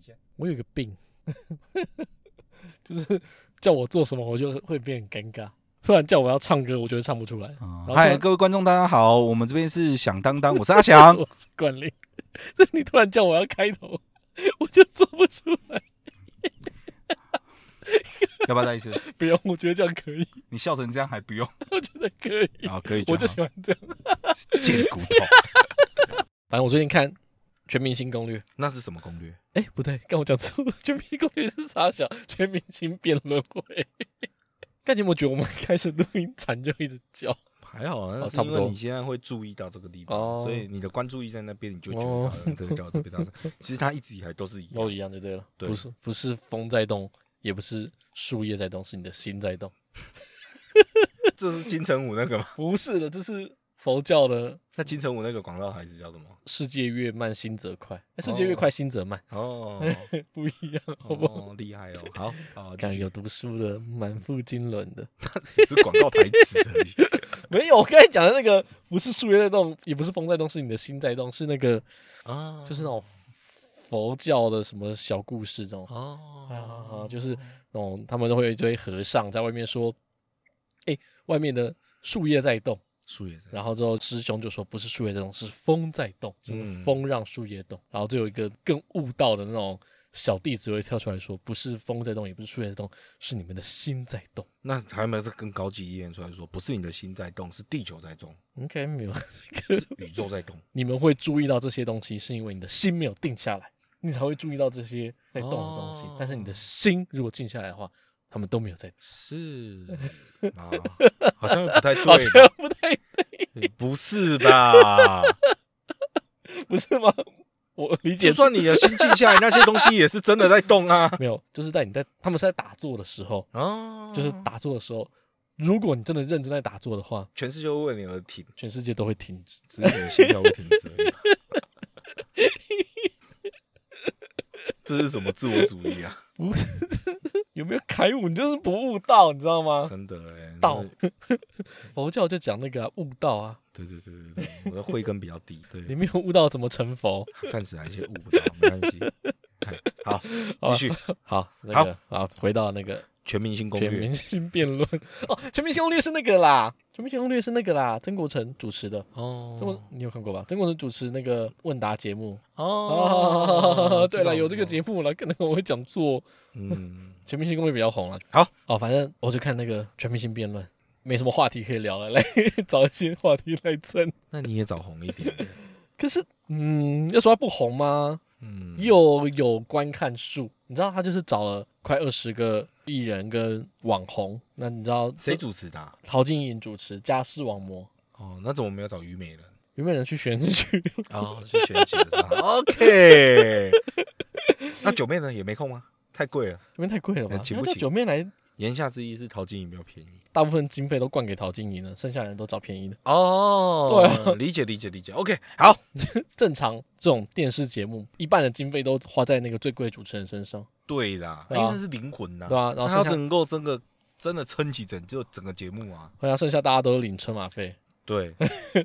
限。我有个病， 就是叫我做什么，我就会变很尴尬。突然叫我要唱歌，我觉得唱不出来。然啊后突嗨，然各位观众，大家好，我们这边是响当当，我是阿翔。我是管 理，这你突然叫我要开头，我就做不出来。要不要再一次？不用，我觉得这样可以， 你笑成这样还不用？我觉得可以，啊，可以我就就好喜。欢这样。贱骨头，反正我最近看《全明星攻略》，那是什么攻略？哎，不对，刚我讲错， 《全明星攻略》是傻小，《全明星辩论会》。 但你有没有觉得我们开始录音蝉就一直叫？还好啊，哦那是差因不为多你现在会注意到这个地方，哦所以你的关注意在那边，你就觉得哦好像特别高，特别大声。其实它一直以来都是一样。都一样就对了，对不是不是风在动，也不是树叶在动，是你的心在动。这是金城武那个吗？不是的，这是佛教的那金城武那个广告牌子叫什么？世界越慢心则快，哎世界越快心则慢， 哦，不一样，好不好？哦，厉害哦！好好，继看续有读书的满腹经纶的，它只是广告台词而已。 没有，我刚才讲的那个不是树叶在动，也不是风在动，是你的心在动，是那个啊就是那种佛教的什么小故事这种。哦啊，就是那种他们都会有一堆和尚在外面说，哎、外面的树叶在动，树叶在然后之后师兄就说不是树叶在动，是风在动，就是嗯风让树叶动。然后就有一个更悟道的那种小弟子会跳出来说，不是风在动，也不是树叶在动，是你们的心在动。那还有没有是更高级一点出来说，不是你的心在动，是地球在 动， OK，没有，是宇宙在 动。你们会注意到这些东西，是因为你的心没有定下来，你才会注意到这些在动的东西。哦但是你的心如果静下来的话，他们都没有在动。是 啊，好像又不太好像对不太吧， 不是吧？不是吗？我理解就算你的心静下来，那些东西也是真的在动啊。 没有，就是在你在他们是在打坐的时候，啊，哦就是打坐的时候，如果你真的认真在打坐的话，全世界会为你而停，全世界都会停止。只是你的心跳会停止而已吧。这是什么自我主 义啊？有没有开悟？你就是不悟道，你知道吗？真的哎、啊道那佛教就讲那个啊、悟道啊，对对对对对，我的慧根比较低，你对，没有悟道怎么成佛？ 暂时还是悟不到，没关系。哎好，继续。好，那个好，回到那个全明星攻全略明星辩论 哦，全明星攻略是那个啦，全明星攻略是那个啦，曾国成主持的。哦曾国你有看过吧？曾国成主持那个问答节目哦哦，，对了，有这个节目了，可能我会讲座。嗯，全明星攻略比较红了。好哦，反正我就看那个全明星辩论，没什么话题可以聊了，来 找一些话题来蹭。那你也找红一点的，可是，嗯，要说它不红吗？嗯，又有观看数，你知道他就是找了快二十个艺人跟网红，那你知道 谁主持的啊？陶晶莹主持《家事网魔》，哦，那怎么没有找虞美人？有没有人去选举？ 哦，是选姐是吧 ？OK，那九妹呢？也没空吗？太贵了。因为太贵了吧？哎请他不叫起九妹来，言下之意是陶晶莹比较便宜大部分经费都灌给陶晶莹了，剩下人都找便宜的。哦啊对、理解理解理解。OK，好，正常这种电视节目，一半的经费都花在那个最贵的主持人身上。对啦，对啊因为那是灵魂呐、对啊然后他剩要下能够真的真的撑起整就整个节目啊。好像剩下大家都领车马费， 对，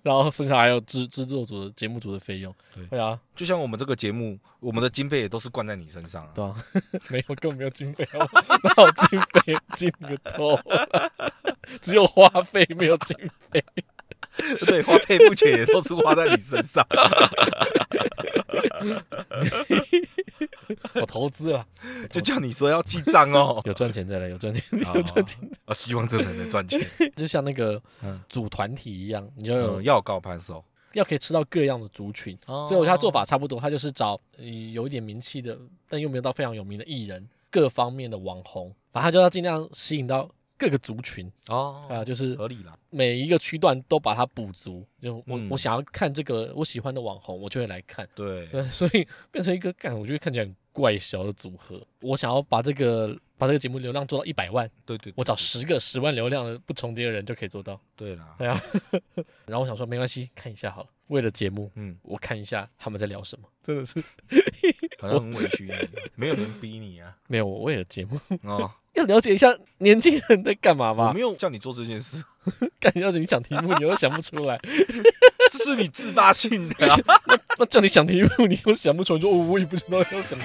然后剩下还有制制作组的节目组的费用。对对啊，就像我们这个节目，我们的经费也都是灌在你身上啊。 对啊， 没有更没有经费，好不好 哪有经费进个头，啊 只有花费没有经 费。对，花费目前也都是花在你 身上。我投资了，。就叫你说要记账哦 有赚钱再来，有赚钱。有赚钱啊！希望真的能 赚钱，就像那个嗯组团体一样，你要有嗯，要告攀手。要可以吃到各样的族群。哦所以我觉得他做法差不多，他就是找呃有一点名气的，但又没有到非常有名的艺人，各方面的网红，反正他就要尽量吸引到各个族群哦啊、就是合理啦。每一个区段都把它补足，就我、嗯我想要看这个我喜欢的网红，我就会来看，对，所以所以 变成一个干，我觉得看起来很怪小的组合。我想要把这个把这个节目流量做到一百万，对对，我找十个十万流量的不重叠的人就可以做到。对啦，对啊， 然后我想说没关系，看一下好了，为了节目。嗯，我看一下他们在聊什么，真的是好像很委屈你，没有人逼你啊。没有。我为了节目， 哦，要了解一下年轻人在干嘛我吧没。有叫你做这件事， 干，要是你想题目，你又想不出来；这是你 自发性的啊。那叫你想题目，你又想不出来。你说、哦、我也不知道要想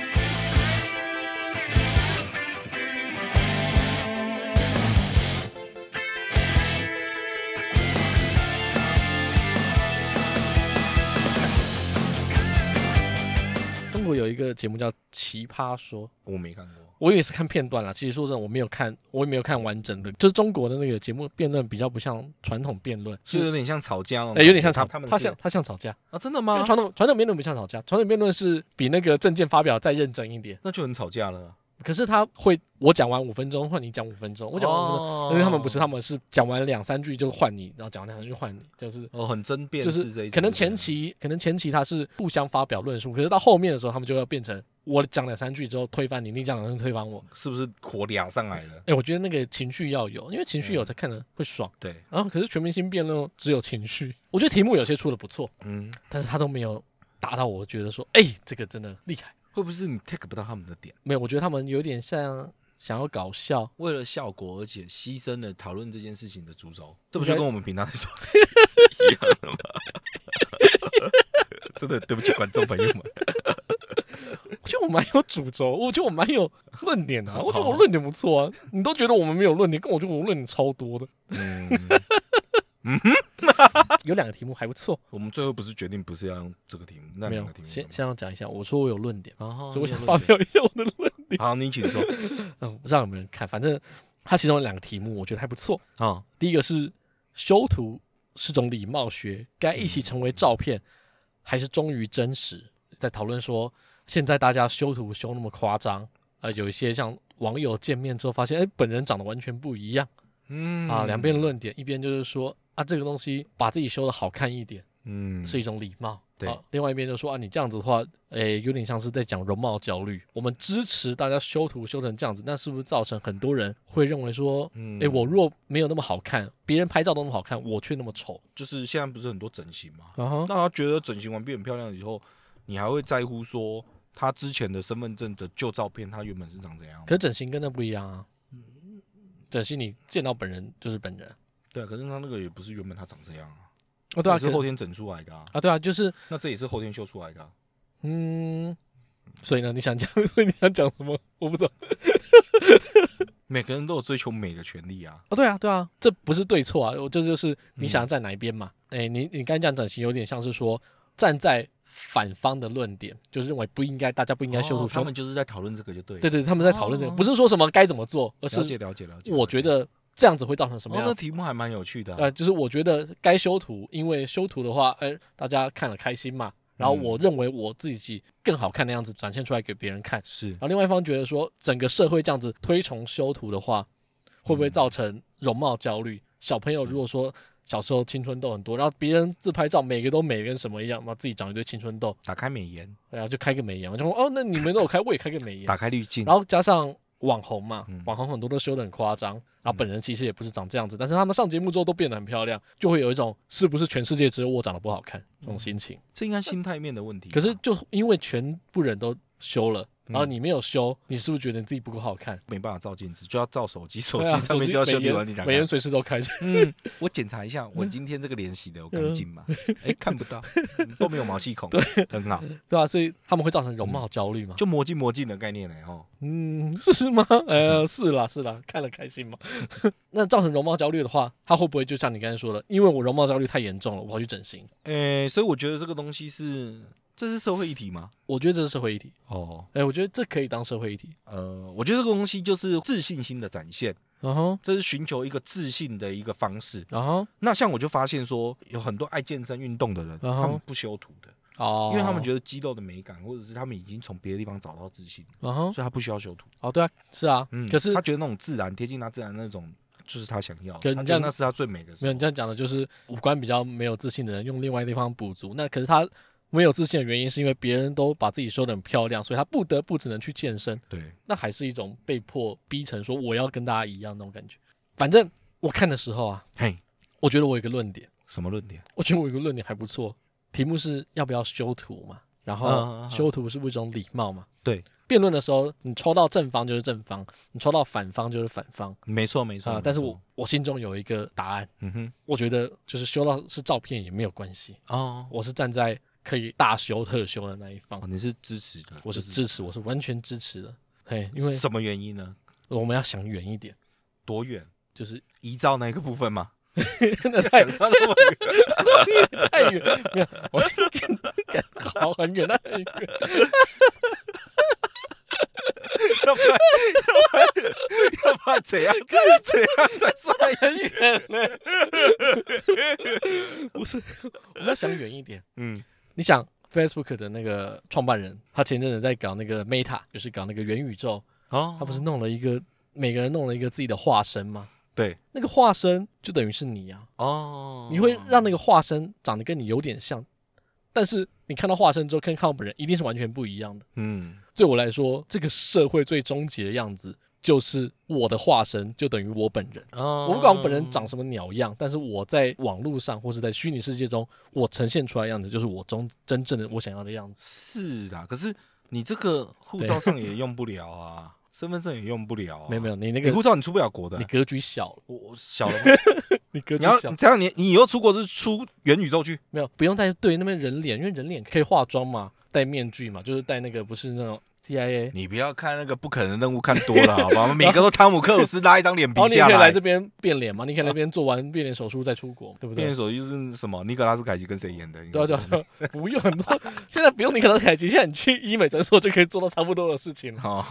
中国有一个节目叫《奇葩说》，我没看过。我也是看片段啦。其实说真的，我没有看，我也没有看完整的。就是中国的那个节目辩论比较不像传统辩论，是有点像吵架哦，哎、有点像吵，他们他是像他像吵架。啊，真的因为吗？传统传统辩论不像吵架，传统辩论是比那个证件发表再认真一点。那就很吵架了。可是他会，我讲完五分钟，换你讲五分钟，我讲完五分钟，哦因为他们不是，他们是讲完两三句就换你，然后讲完两三句换你，就是哦，很争辩，就是可能前期可能前期他是互相发表论述，可是到后面的时候，他们就要变成我讲两三句之后推翻你，你讲两三句推翻我。是不是火俩上来了？哎，我觉得那个情绪要有，因为情嗯绪有才看了会爽。对，然后可是全明星辩论只有情绪，我觉得题目有些出的不错，嗯，但是他都没有达到我觉得说，哎，这个真的厉害。会不会是你 take 不到他们的点？没有，我觉得他们有点像想要搞笑，为了效果，而且牺牲了讨论这件事情的主轴，这不应该就跟我们平常在说的是一样的吗？ 真的对不起观众朋友们，我觉得我蛮有主轴，我觉得我蛮有论点的、啊，好我觉得我论点不错啊。你都觉得我们没有论点，跟我觉得我论点超多的。啊嗯，有两个题目还不错，我们最后不是决定不是要用这个题目，那没两有个题，目哦先了吗，先要讲一下，我说我有论点，然后所以我想发表一下我的论点， 好，你请说嗯，不知道有没有人看，反正它其中有两个题目我觉得还不错。啊，第一个是修图是种礼貌学，该一起成为照片，还是忠于真实？在讨论说，现在大家修图修那么夸张，呃，有一些像网友见面之后发现，哎，本人长得完全不一样嗯啊。两边的，论点，一边就是说啊，这个东西把自己修的好看一点嗯，是一种礼貌，对啊另外一边就说啊，你这样子的话，诶，有点像是在讲容貌焦虑。我们支持大家修图修成这样子，那是不是造成很多人会认为说，嗯哎、我若没有那么好看，别人拍照都那么好看，我却那么丑。就是现在不是很多整形嘛，啊哈，那他觉得整形完变很漂亮以后，你还会在乎说他之前的身份证的旧照片，他原本是长怎样吗？可是整形跟那不一样啊。整形你见到本人就是本人。对啊，可是他那个也不是原本他长这样啊，哦，对啊，也可是是后天整出来的啊，啊，对啊，就是那这也是后天修出来的啊、嗯，所以呢，你想讲， 所以你想讲什么？我不懂。每个人都有追求美的权利啊，嗯哦，对啊，对啊，这不是对错啊，我这就是你想要站哪一边嘛。哎、你你刚才讲整形有点像是说站在反方的论点，就是认为不应该，大家不应该修哦图他修。们就是在讨论这个就对了。对对，他们在讨论这个，不是说什么该怎么做，而了解是了解了解。哦我觉得这样子会造成什么然样后的这题目还蛮有趣的啊、呃，就是我觉得该修图，因为修图的话，哎、大家看了开心嘛。然后嗯我认为我自己更好看的样子展现出来给别人看。是然后另外一方觉得说，整个社会这样子推崇修图的话，会不嗯会造成容貌焦虑？小朋友如果说小时候青春痘很多，然后别人自拍照每个都美跟什么一样，那自己长一堆青春痘，打开美颜，然后就开个美颜，我就说哦，那你们都有开，我也开个美颜。打开滤镜，然后加上网红嘛嗯，网红很多都修得很夸张，然后本人其实也不是长这样子，但是他们上节目之后都变得很漂亮，就会有一种是不是全世界只有我长得不好看这种心情。这应该心态面的问题啊吧。可是就因为全部人都修了，嗯然后你没有修，你是不是觉得你自己不够好看？没办法照镜子，就要照手机，手对机啊上面就要修理完你美颜两个美。颜随时都开着。嗯，我检查一下，我今天这个脸洗的有干净吗？哎、看不到，嗯都没有毛细孔，很好，对啊，所以他们会造成容貌焦虑嘛？就魔镜魔镜的概念呢，吼，嗯，是吗？呃，是啦，是啦，看了开心嘛。 那造成容貌焦虑的话，他会不会就像你刚才说的，因为我容貌焦虑太严重了，我跑去整形？诶、所以我觉得这个东西是，这是社会议题吗？我觉得这是社会议题。哦，哎、我觉得这可以当社会议题。呃，我觉得这个东西就是自信心的展现，然后，这是寻求一个自信的一个方式。然后，那像我就发现说，有很多爱健身运动的人，嗯哼他们不修图的，哦，因为他们觉得，得肌肉的美感，或者是他们已经从别的地方找到自信，然后所，以他不需要修图。哦，对啊，是啊，嗯，可是他觉得那种自然贴近他自然那种，就是他想要的，可是他你觉这得样那是他最美的时没有你候。这样讲的，就是五官比较没有自信的人，用另外地方补足。那可是他没有自信的原因，是因为别人都把自己修得很漂亮，所以他不得不只能去健身。对，那还是一种被迫逼成说我要跟大家一样那种感觉。反正我看的时候啊，嘿，我觉得我有一个论点，什么论点？我觉得我有一个论点还不错，题目是要不要修图嘛，然嗯嗯后嗯修图是不是一种礼貌嘛？对，辩论的时候，你抽到正方就是正方，你抽到反方就是反方没错没错啊、没但是错我我心中有一个答案，嗯哼，我觉得就是修到是照片也没有关系，哦，我是站在可以大修特修的那一方哦，你是支持的，我是就支持，我是完全支持的。嘿，因为什么原因呢？我们要想远一点，多远？就是 遗照那一个部分吗？ 真的太想到那么远太远，没有，我感好很远，那很远。要不然要不然要不然怎样怎样才算？很远呢、不是，我们要想远一点。嗯你想 Facebook 的那个创办人，他前阵子在搞那个 Meta，就是搞那个元宇宙，哦 他不是弄了一个每个人弄了一个自己的化身吗？对那个化身就等于是你啊，嗯哦，你会让那个化身长得跟你有点像，但是你看到化身之后跟看到本人一定是完全不一样的。嗯对我来说，这个社会最终极的样子就是我的化身就等于我本人。哦，我不管我本人长什么鸟样，但是我在网络上或是在虚拟世界中，我呈现出来的样子就是我中真正的我想要的样子。是啦，可是你这个护 照上也用不了啊，身份证也用不了啊。没有没有，你那你个护照你出不了国的你。格局小了，我我小了， 你格你局要小，这样你你以后出国是出元宇宙去没有不用再对那边人脸，因为人脸可以化妆嘛，戴面具嘛，就是戴那个不是那种 CIA。你不要看那个不可能任务看多了，好吧？我们每个都汤姆克鲁斯拉一张脸然皮哦后你也下可以来来啊这。边变脸嘛，你可以来这边做完变脸手术再出国，对不变对脸？手就是什么？尼格拉斯凯奇跟谁演的？对啊对啊，对啊不用很多，现在不用你可能凯奇，现在你去医美诊所就可以做到差不多的事 情了。哦，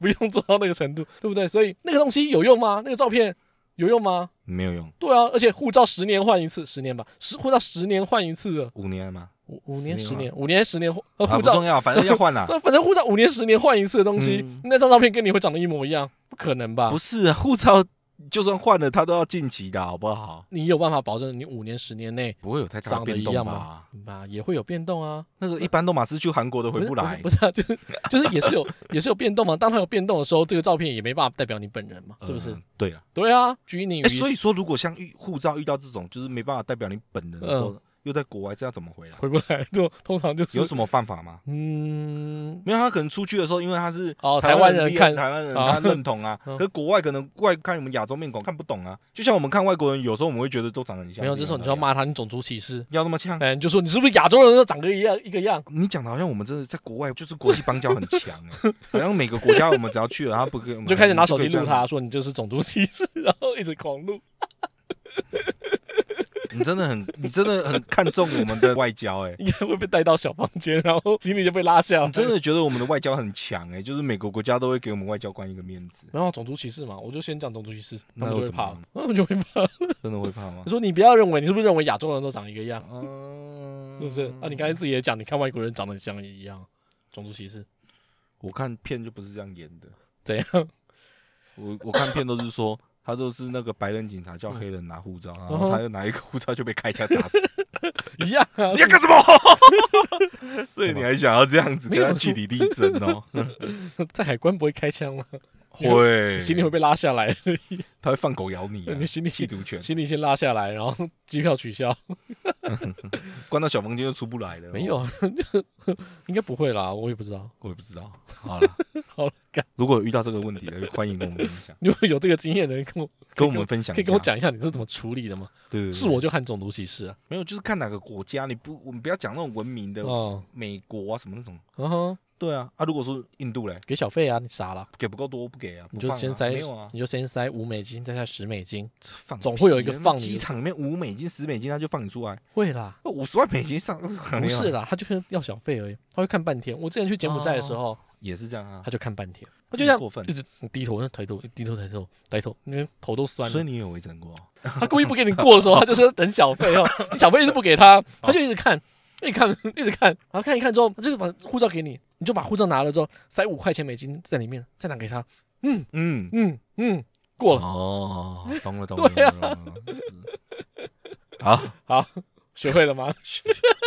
不用做到那个程度，对不对？所以那个东西有用吗？那个照片有用吗？没有用，对啊，而且护照十年换一次，十年吧，十护照十年换一次的，五年吗？五五年、十十年年、五年、十年，呃，啊，护不照啊重，要，反正要 换啦。那反正护照五年、十年换一次的东西嗯，那张照片跟你会长得一模一样，不可能吧不？是啊护照，就算换了，它都要近期的好不好？你有办法保证你五年、十年内不会有太大长得的变一动样吧？吗？啊，也会有变动啊，那个一般都马斯去韩国都回是不来不。是不是啊， 就是就是也是有 也是有变动嘛。当它有变动的时候，这个照片也没办法代表你本人嘛，是不是嗯？？对啊，对啊，拘泥于哎，所以说如果像遇护照遇到这种就是没办法代表你本人的时候，又在国外，这要怎么回来？回不来，就通常嗯就是有什么办法吗？嗯，没有，他可能出去的时候，因为他是哦，台台湾人 VS 看台湾人，啊他认同啊。 嗯可是国外可能外看我们亚洲面孔看不懂啊，就像我们看外国人，有时候我们会觉得都长得很像。没有，这时候你就要骂他，你种族歧视，要那么呛。哎，你就说你是不是亚洲人都长得一样一个样？你讲的好像我们真的在国外就是国际邦交很强哎、好像每个国家我们只要去了，他不给我们你 就开始拿手机就可录以这样他，说你这是种族歧视，然后一直狂录。你真的很，你真的很看重我们的外交哎、应该会被带到小房间，然后行李就被拉下来哦你。真的觉得我们的外交很强哎、就是每个国家都会给我们外交官一个面子，没有种族歧视嘛，我就先讲种族歧视，他那们就有会什么怕吗，他们就会怕。 真的会怕吗我？说你不要认为你是不是认为亚洲人都长一个样，嗯是不是？啊，你刚才自己也讲，你看外国人长得很像一样，种族 歧视我看片就不是这样演的，怎样？我我看片都是说。他就是那个白人警察叫黑人拿护照，然嗯后他就拿一个护照就被开枪打死。一样啊 你，要干什么？ 所以你还想要这样子跟他据理力争 哦？在海关不会开枪吗？会，行李会被拉下来，他会放狗咬你、啊，呃哦你行李缉毒犬，行李先拉下来，然后 机票取消。关到小房间就出不来了。哦没，有，啊， 应该不会啦，我也不知道。我也不知道。好了，好了，干如果有遇到这个问题的，欢迎跟我们分享，如果有这个经验的人跟我跟我们分享一下，可以跟我讲一下你是怎么处理的吗？对。对对，是我就看种族歧视啊，没有，就是看哪个国家，你不，我们不要讲那种文明的，哦，美国啊什么那种。嗯哼，对啊，啊，如果说印度嘞，给小费啊，你傻了，给不够多不给啊，你不就放啊先塞没有啊，你就先塞五美金，再塞十美金，放总会有一个屁啊放你机场里面五美金、十美金，他就放你出来，哦会啦，五十万美金上 啊不不是啦，他就是要小费而已，他会看半天。我之前去柬埔寨的时候，也是这样啊他，就看半天，他就这么这样过分一直低头，那抬头，低头抬头抬头，那边头都酸所了以。你也有微整过，他故意不给你过的 时候，他就是等小费哦，你小费一直不给他，他就一直看，一直看，一直看，然后看一看之后，他就把护照给你，你就把护照拿了之后，塞五块钱美金在里面，再拿给他，嗯，嗯嗯，过了，哦，懂了懂了，对啊懂了懂了懂了 好，好，学会了吗？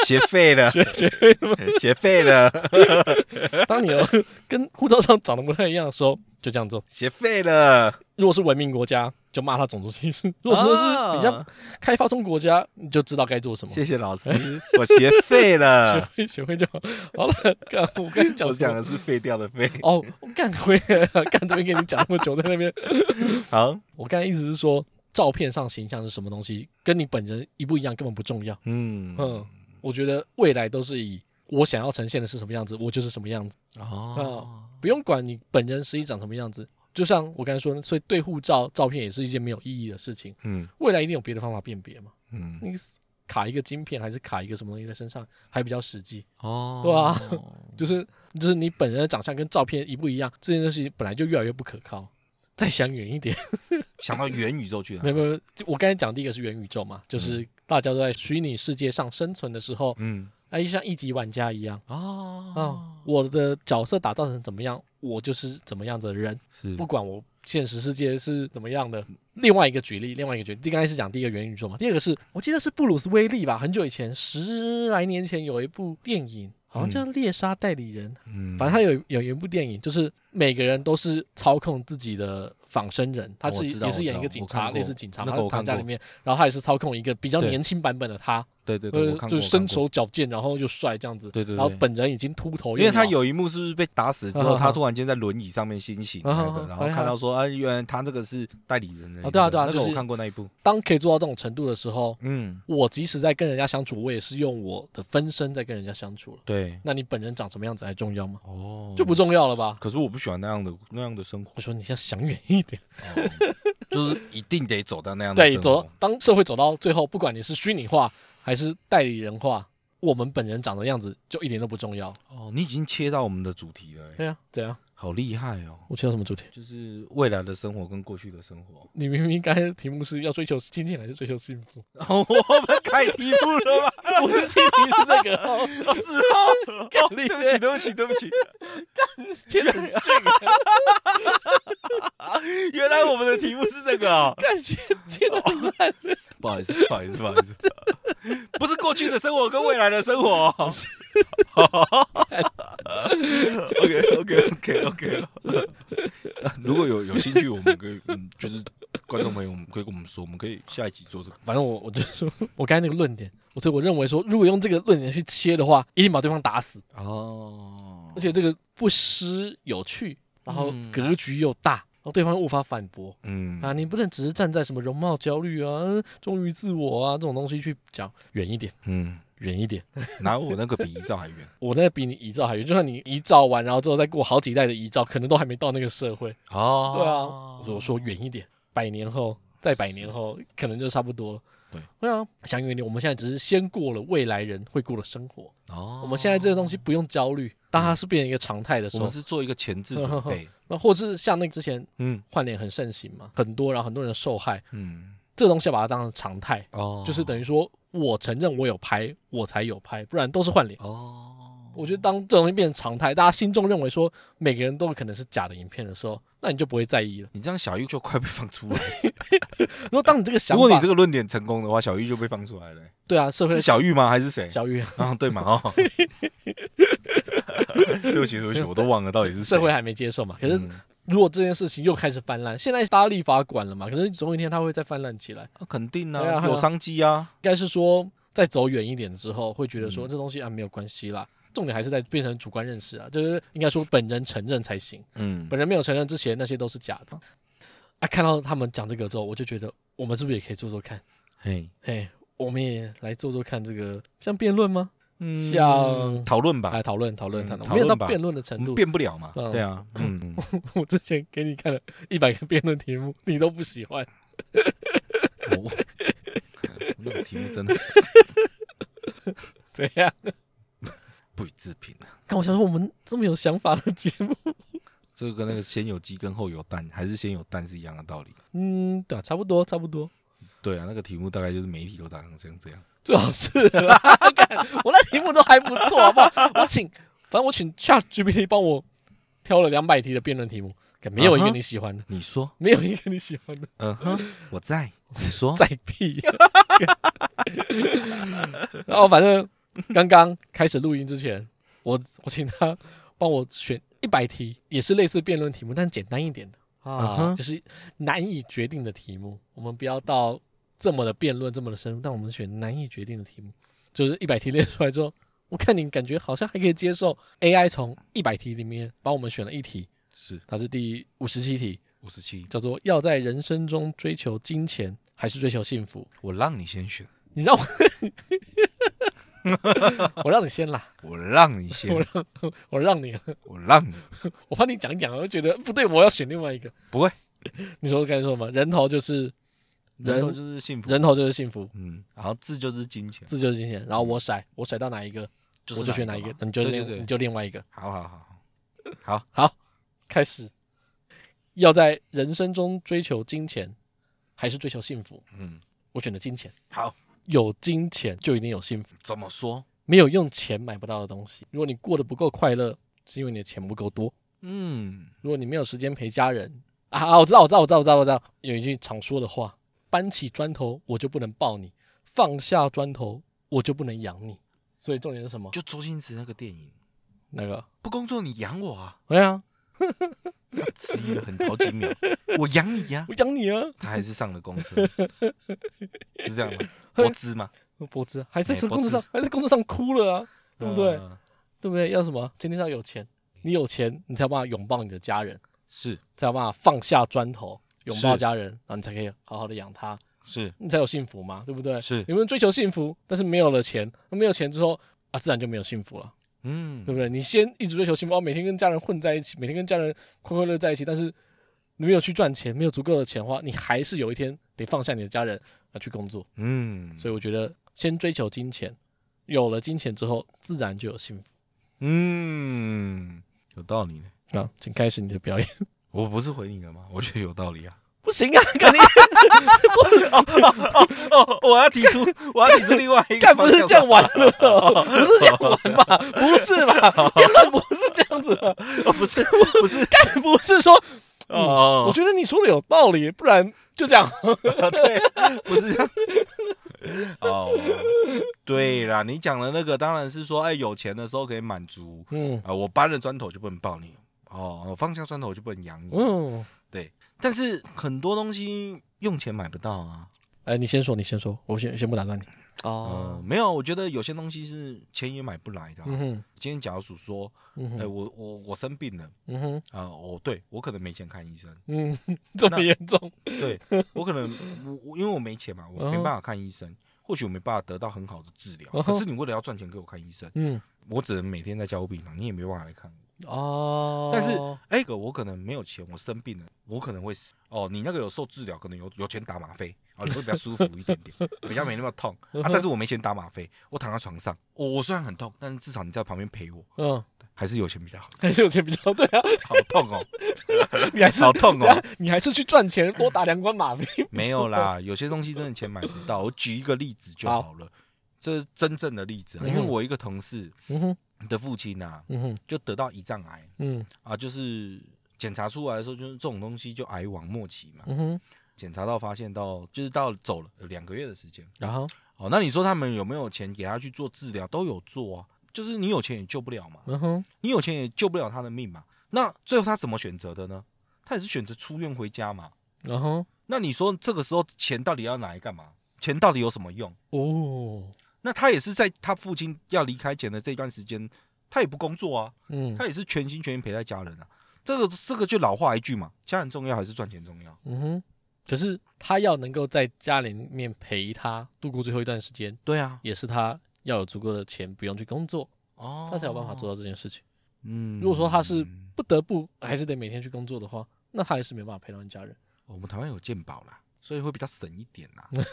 学废 了，学学会了吗？ 学废了，当你有跟护照上长得不太一样的时候，就这样做。学废了。如果是文明国家，就骂他种族歧视；如果是是比较啊开发中国家，你就知道该做什么。谢谢老师，我学废学 了，会学会就好。好了，干我跟你讲嗯我什讲么？的是废掉的废。哦，我干回来了，干这边跟你讲那么久，在那边。好，我刚才意思是说，照片上形象是什么东西，跟你本人一不一样根本不重要。嗯，嗯，我觉得未来都是以我想要呈现的是什么样子，我就是什么样子。哦，不用管你本人实际长什么样子，就像我刚才说的，所以对护照照片也是一件没有意义的事情。嗯未来一定有别的方法辨别嘛？嗯，你卡一个晶片还是卡一个什么东西在身上还比较实际？哦，对啊，就是就是你本人的长相跟照片一不一样，这件事情本来就越来越不可靠。再想远一点，想到元宇宙去 了，没有没有，就我刚才讲第一个是元宇宙嘛，就是大家都在虚拟世界上生存的时候，嗯哎，就像一级玩家一样哦啊、我的角色打造成怎么样，我就是怎么样的人，是不管我现实世界是怎么样的。另外一个举例，另外一个举例，刚开始讲第一个元宇宙嘛，第二个是我记得是布鲁斯威利吧，很久以前十来年前有一部电影，好像叫《猎杀代理人》，嗯，反正他有有一部电影，就是每个人都是操控自己的仿生人，他自己哦我知道也是演我知道一个警我看察，过类似警察，嘛，那个他我看躺在过里面，然后他也是操控一个比较对年轻版本的他，对对对，呃我，看过，就是身手我矫健，然后又帅这样子，对对对然后本人已经秃头又看过，老，因为他有一幕是不是被打死之啊啊 后，啊他突然间在轮椅上面惊醒啊啊啊那个，然后看到说啊，原来他这个是代理人的哦对啊对啊那就个是我看过那一部，当可以做到这种程度的时候，嗯，我即使在跟人家相处，我也是用我的分身在跟人家相处了。对，那你本人长什么样子还重要吗？哦就不重要了吧？可是我不喜欢那样的那样的生活，我说你要想远一点，哦就是一定得走到那样的对，生走活。当社会走到最后，不管你是虚拟化还是代理人化，我们本人长的样子就一点都不重要。哦，你已经切到我们的主题了、欸，对啊，怎样？好厉害哦！我切到什么主题？就是未来的生活跟过去的生活。你明明刚才的题目是要追求金钱还是追求幸 福？哦，我们开题目了吗？ 我的前提是这个 哦，哦，是哦。哦，你对不起，对不起，对不起。前提是这个，啊原来我们的题目是这个哦。看前前不好意思，不好意思，不好意思，不是过去的生活跟未来的生活 哦。OK OK OK OK。如果有有兴趣，我们可以，嗯，就是观众朋友，我们可以跟我们说，我们可以下一集做这个。反正我我就说，我刚才那个论点，我所以我认为说，如果用这个论点去切的话，一定把对方打死，哦而且这个不失有趣，然后嗯格局又大，然后对方又无法反驳嗯啊！你不能只是站在什么容貌焦虑啊、嗯忠于自我啊这种东西去讲，远一点，嗯，远一点。哪有我那个比遗照还远我那比你遗照还远，就算你遗照完，然后之后再过好几代的遗照，可能都还没到那个社会。 哦对啊，我说我说远一点，百年后，再百年后，可能就差不多了。对，对啊，想远一点。我们现在只是先过了未来人会过的生活，哦嗯我们现在这个东西不用焦虑。当它是变成一个常态的时我候们，是做一个前置准备，那或是像那个之前 嗯换脸很盛行嘛，很多然后很多人受害，嗯，这东西要把它当成常态，哦，就是等于说我承认我有拍，我才有拍，不然都是换脸。哦，我觉得当这东西变成常态，大家心中认为说每个人都有可能是假的影片的时候，那你就不会在意了。你这样小玉就快被放出来了。如果当你这个想如法，果你这个论点成功的话，小玉就被放出来了。 对啊，社会是小玉吗？还是谁？小玉啊，对嘛哦。 对不起，对不起，我都忘了到底是谁社会。还没接受嘛。可是嗯如果这件事情又开始泛滥，现在大家立法管了嘛，可是总有一天它会再泛滥起来。啊肯定对啊啊，有商机啊。应该是说再走远一点之后，会觉得说嗯这东西啊没有关系啦。重点还是在变成主观认识啊，就是应该说本人承认才行，嗯，本人没有承认之前那些都是假的。啊，看到他们讲这个之后，我就觉得我们是不是也可以做做看？嘿，嘿，我们也来做做看这个，像辩论吗？嗯像讨论吧来，讨论讨论嗯讨论，讨没有到论吧辩论的我程们度。变不了嘛。嗯对啊， 嗯， 我之前给你看了一百个辩论题目，你都不喜欢。我哦 那个题目真的怎样？不予置评啊。看我想说，我们这么有想法的节目，这个跟那个先有鸡跟后有蛋，还是先有蛋是一样的道理。嗯，对啊，差不多，差不多，对啊，那个题目大概就是媒体都打成这样这样。最好是 啦。干我那题目都还不错，好不好？我请，反正我请 Chat GPT 帮我挑了两百题的辩论题目，干没有一个啊哈你喜欢的，你说，没有一个你喜欢的，嗯哼，我在。你 说，再屁。然后反正刚刚开始录音之前，我我请他帮我选一百题，也是类似辩论题目，但简单一点的嗯啊哼就是难以决定的题目。我们不要到这么的辩论这么的深入，但我们选难以决定的题目，就是一百题列出来之后，我看你感觉好像还可以接受。AI 从一百题里面帮我们选了一题，是它是第五十七题，五十七，叫做要在人生中追求金钱还是追求幸福？我让你先选。你让我 我让你先啦，我让你先，我让你，我让你，我怕你讲一讲，我就觉得不对，我要选另外一个。不会，你说该说什么？人头就是人头就是幸福，人头就是幸福，嗯，然后字就是金钱，字就是金钱。然后我甩，我甩到哪一个，嗯就我是就选哪一一个嘛，你就对另对对你就另外一个。好好好好，好，好，开始。要在人生中追求金钱，还是追求幸福？嗯，我选的金钱。好，有金钱就一定有幸福，怎么说？没有用钱买不到的东西。如果你过得不够快乐，是因为你的钱不够多；嗯，如果你没有时间陪家人啊啊，我知道，我知道，我知道，我知道，我知道，有一句常说的话：搬起砖头我就不能抱你，放下砖头我就不能养你。所以重点是什么？就周星驰那个电影，那个，不工作你养我啊，哎呀，他迟疑了很好几秒，我养你呀、我养你啊，他还是上了公车，是这样吗？我知吗？脖子啊还在哎工作上脖子，还在工作上哭了啊，对不对？嗯对不对？要什么？今天要有钱，你有钱，你才有办法拥抱你的家人，是才有办法放下砖头，拥抱是家人，然后你才可以好好的养他，是你才有幸福嘛，对不对？是你们追求幸福，但是没有了钱，那没有钱之后啊，自然就没有幸福了，嗯对，不对？你先一直追求幸福，哦，每天跟家人混在一起，每天跟家人快快乐乐在一起，但是你没有去赚钱，没有足够的钱的话，你还是有一天得放下你的家人，要去工作。嗯，所以我觉得先追求金钱，有了金钱之后，自然就有幸福。嗯，有道理呢。啊，请开始你的表 演。我不是回你了吗？我觉得有道理啊。不行啊，肯定 哦，我要提 出，我要提出另外一干不是这样玩，玩的，哦不是这样玩吧？不是吧？ 根本不是这样子的， 哦不是不是干不是说，我哦，觉得你说的有道理，不然就这样。对，不是这样。 哦，对啦，你讲的那个当然是说，哎，有钱的时候可以满足嗯啊、我搬了砖头就不能抱你，哦，我放下砖头我就不能养你，嗯，对。但是很多东西用钱买不到啊，哎，你先说，你先说，我先先不打断你。嗯、哦，没有，我觉得有些东西是钱也买不来的啊、嗯哼，今天假如说，嗯哎、哼，我我我生病了嗯哼，啊、我对我可能没钱看医生，嗯， 这么严重？对我可能我我因为我没钱嘛，我没办法看医生，或许我没办法得到很好的治疗。嗯嗯哼可是你为了要赚钱给我看医生，嗯，我只能每天在家务病房，你也没办法来看我。哦，但是哎、哥，我可能没有钱，我生病了，我可能会死。哦，你那个有受治疗，可能有有钱打吗啡，啊、你会比较舒服一点点，比较没那么痛嗯啊。但是我没钱打吗啡，我躺在床上，我我虽然很痛，但是至少你在旁边陪我，嗯，还是有钱比较好。还是有钱比较对 啊，好痛哦，你还是好痛 哦。你还是去赚钱，多打两关马币。没有啦，有些东西真的钱买不到。我举一个例子就好了，这是真正的例子啊。嗯因为我一个同事嗯哼，的父亲啊，嗯哼，就得到胰脏癌嗯啊，就是检查出来的时候，就是这种东西就癌往末期嘛。嗯哼，检查到发现到就是到走了有两个月的时间。然后，哦，那你说他们有没有钱给他去做治疗？都有做啊，就是你有钱也救不了嘛，嗯哼，你有钱也救不了他的命嘛。那最后他怎么选择的呢？他也是选择出院回家嘛。然后，那你说这个时候钱到底要拿来干嘛？钱到底有什么用？哦，那他也是在他父亲要离开前的这段时间，他也不工作啊，嗯他也是全心全意陪在家人啊。这个这个就老话一句嘛，家人重要还是赚钱重要？嗯哼，可是他要能够在家里面陪他度过最后一段时间，对啊，也是他要有足够的钱，不用去工作，哦他才有办法做。到这件事情。嗯如果说他是不得不还是得每天去工作的话，那他还是没办法陪伴家人。我们台湾有健保啦，所以会比较省一点 啦。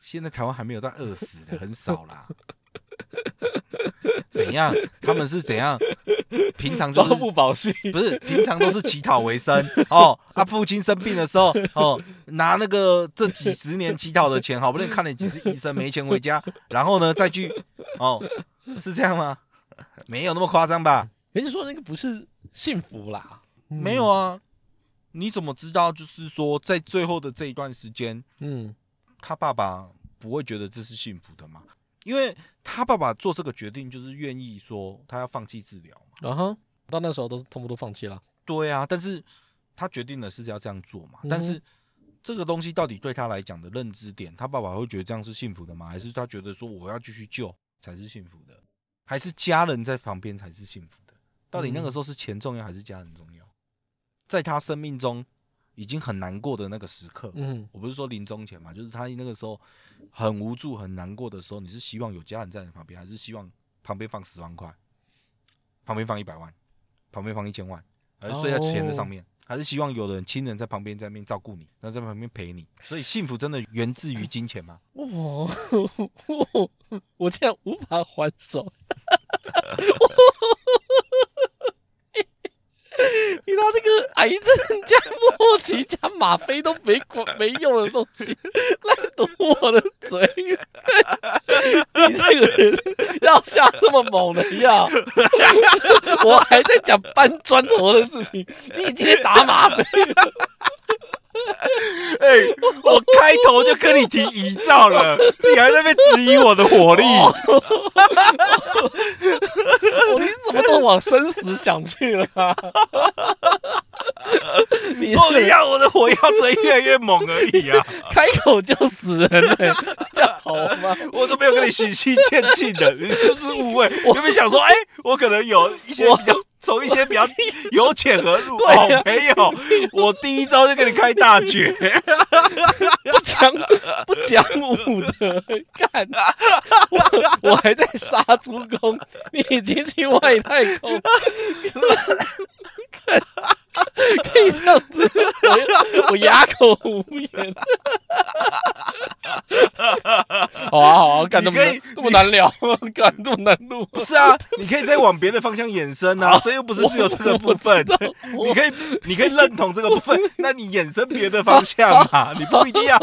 现在台湾还没有到饿死的，很少啦。 怎样？他们是怎样？平常就朝是不保夕， 不是，平常都是乞讨为生 哦。他、父亲生病的时候，哦，拿那个这几十年乞讨的钱，好不容易看了几次医生，没钱回家， 然后呢再去，哦，是这样吗？ 没有那么夸张吧？人家说那个不是幸福啦，嗯没有，啊，你怎么知道？就是说，在最后的这一段时间，嗯他爸爸不会觉得这是幸福的吗？因为他爸爸做这个决定，就是愿意说他要放弃治疗嘛。然后到那时候都是全部都放弃了。对啊，但是他决定了是要这样做嘛。嗯哼但是这个东西到底对他来讲的认知点，他爸爸会觉得这样是幸福的吗？还是他觉得说我要继续救才是幸福的？还是家人在旁边才嗯是幸福的？到底那个时候是钱重要还是家人重要？在他生命中，已经很难过的那个时刻，嗯我不是说临终前嘛，就是他那个时候很无助、很难过的时候，你是希望有家人在你旁边，还是希望旁边放十万块，旁边放一百万，旁边放一千万，还是睡在钱的上面？还是希望有人亲人在旁边在那边照顾你，然后在旁边陪你，所以幸福真的源自于金钱吗？哇、我竟然无法还手。 你拿这个癌症加莫奇加吗啡都没管没用的东西 来堵我的嘴，你这个人要下这么猛的药， 我还在讲搬砖头的事情， 你今天打吗啡， 哎、我开头就跟你提遗照了，你还在那边质疑我的火力，我你怎么都往生死想去了、啊？你这个你要我的火药只会越来越猛而已啊！开口就死人了、这样好吗？我都没有跟你循序渐进的，你是不是误会？我有没有想说，哎、我可能有一些我比较从一些比较由浅而入？ 对啊哦，没有，我第一招就跟你开大绝， 不讲不讲武德，干！我我还在杀猪公，你已经去外太空，看可以这样子，我我哑口无言。好啊好啊，干这你么可以难这么难聊吗？干这么难录吗？不是啊？你可以再往别的方向衍生啊好，这又不是只有这个部分。哦 我你可以，你可以认同这个部分，那你衍生别的方向嘛？你不一定要，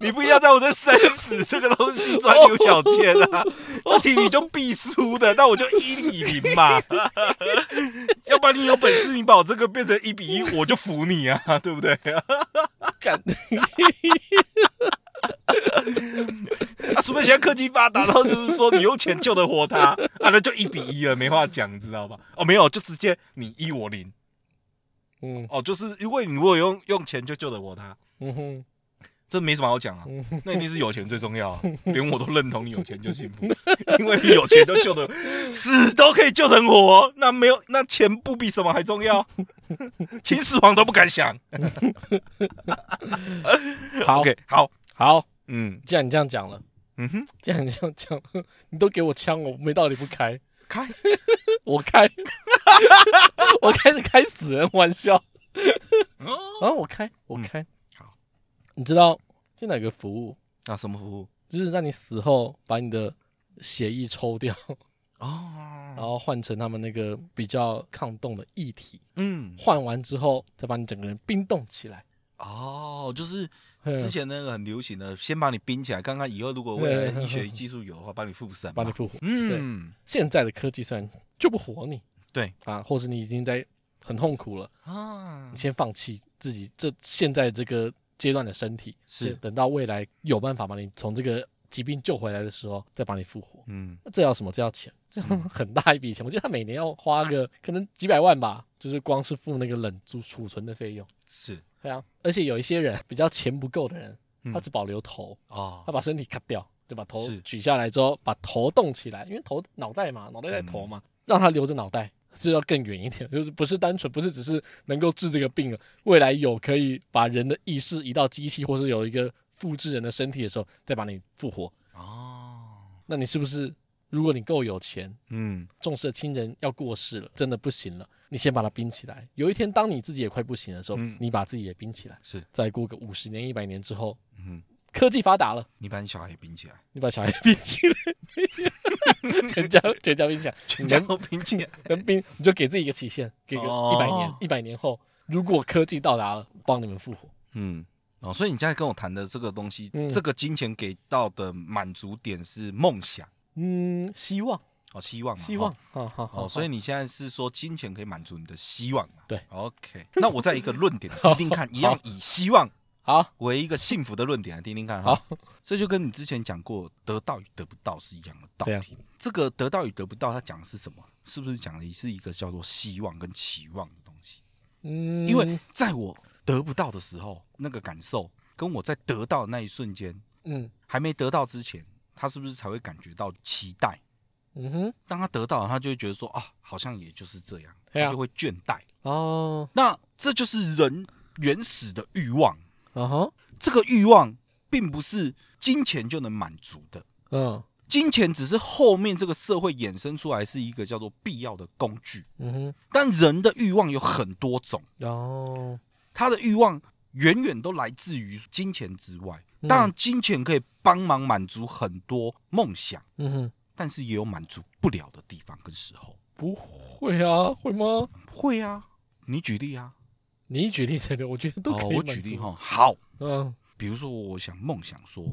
你不一定要在我这生死这个东西钻牛角尖啊！这题你就必输的，那我就一比零嘛。要不然你有本事，你把我这个变成一比一，我就服你啊， 对不对？干，啊，除非现在科技发达，然后就是说你用钱救得活他，啊，那就一比一了，没话讲，你知道吧？哦，没有，就直接你一我零。嗯哦，就是因为你如果用用钱就救得活他，嗯哼，这没什么好讲啊嗯，那一定是有钱最重 要、啊，连我都认同你有钱就幸福， 因为你有钱都 救的死都可以救成活，那没有那钱不比什么还重要， 秦始皇都不敢想。好 OK，好，好，嗯既然你这样讲了。嗯哼，既然你这样讲， 你都给我枪，我没道理不开，开，我开， 我开始开死人玩笑，哦然后我开，我开，嗯好，你知道现在有个服务，那、啊什么服务？就是让你死后把你的血液抽掉，嗯然哦，后换成他们那个比较抗冻的液体，嗯，换完之后再把你整个人冰冻起来。哦，就是嗯之前那个很流行的，先把你冰起来，看看以后如果未来医学技术有的话，把你附身嘛，把你复活。嗯，现在的科技虽然救不活你，对啊，或是你已经在很痛苦了，啊你，先放弃自己这现在这个阶段的身体，是先等到未来有办法把你从这个疾病救回来的时候，再把你复活。嗯，那这要什么？这要钱，这要很大一笔钱。我觉得他每年要花个可能几百万吧，就是光是付那个冷储储存的费用。是对啊，而且有一些人比较钱不够的人，嗯他只保留头，哦他，把身体砍掉，就把头是取下来之后，把头动起来，因为头脑袋嘛，脑袋在头嘛，让他留着脑袋，这要更远一点，就是不是单纯不是只是能够治这个病了，未来有可以把人的意识移到机器，或是有一个复制人的身体的时候，再把你复活。哦，那你是不是，如果你够有钱，嗯。重视的亲人要过世了，真的不行了，你先把它冰起来。有一天，当你自己也快不行的时候，嗯你把自己也冰起来。是，再过个五十年、一百年之后，嗯，科技发达了，你把你小孩也冰起来，你把小孩冰起来，全家全家冰起来，全家都冰 起来。能冰你就给自己一个期限，给个哦一百年，一百年后，如果科技到达了，帮你们复活。嗯，哦，所以你现在跟我谈的这个东西，嗯这个金钱给到的满足点是梦想，嗯，希望，哦，希望嘛，希望哦。，好好好，哦，所以好你现在是说金钱可以满足你的希望嘛？对，OK。那我在一个论点听听看，一样以希望好，为一个幸福的论点来听听看哈。这就跟你之前讲过得到与得不到是一样的道这样理。这个得到与得不到，它讲的是什么？是不是讲的是一个叫做希望跟期望的东西？嗯，因为在我得不到的时候，那个感受跟我在得到的那一瞬间，嗯还没得到之前，他是不是才会感觉到期待？嗯哼，当他得到了，他就会觉得说啊，好像也就是这样，对啊他就会倦怠。哦，那这就是人原始的欲望。啊哈，这个欲望并不是金钱就能满足的，嗯金钱只是后面这个社会衍生出来是一个叫做必要的工具。嗯哼，但人的欲望有很多种，然后他的欲望远远都来自于金钱之外。嗯当然，金钱可以帮忙满足很多梦想，嗯哼，但是也有满足不了的地方跟时候。不会啊，会吗？会啊，你举例啊，你举例才对，我觉得都哦可以、我举例，哈，好，嗯比如说我想梦想说，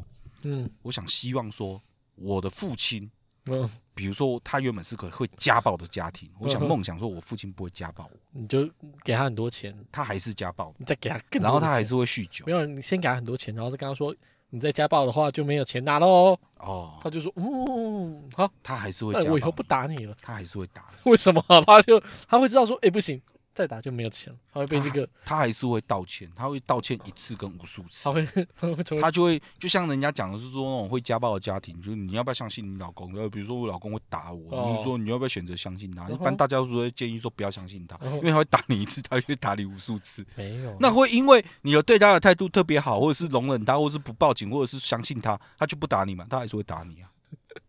嗯我想希望说我的父亲。嗯，比如说，他原本是个会家暴的家庭，我想嗯哼梦想说，我父亲不会家暴我，你就给他很多钱，他还是家暴，你再给他更多的钱，然后他还是会酗酒没。有，你先给他很多钱，然后再跟他说你再家暴的话就没有钱拿喽。哦，他就说，嗯，好，他还是会家那暴。我以后不，打你了。 他还是会打，为什么？他就他会知道说，哎、不行，再打就没有钱了，他会被这个，他还是会道歉，他会道歉一次跟无数次他。会 他会成为他就会就像人家讲的是说那种会家暴的家庭，就是你要不要相信你老公？呃，比如说我老公会打我，哦你就说你要不要选择相信他？嗯哼一般大家都会建议说不要相信他，嗯哼哦因为他会打你一次，他就会打你无数次。没有那会因为你有对他的态度特别好，或者是容忍他，或者是不报警，或者是相信他，他就不打你嘛，他还是会打你啊。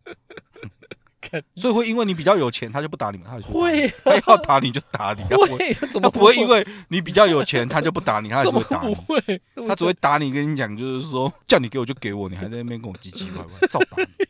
看所以会因为你比较有钱，他就不打你嘛，他还是打你会他要打你就打你啊，不会会怎他么不会因因为为你比较有钱，他就不打你，他还是怎么会打不你。会？他只会打你，跟你讲就是说，叫你给我就给我，你还在那边跟我唧唧歪 歪，照打你，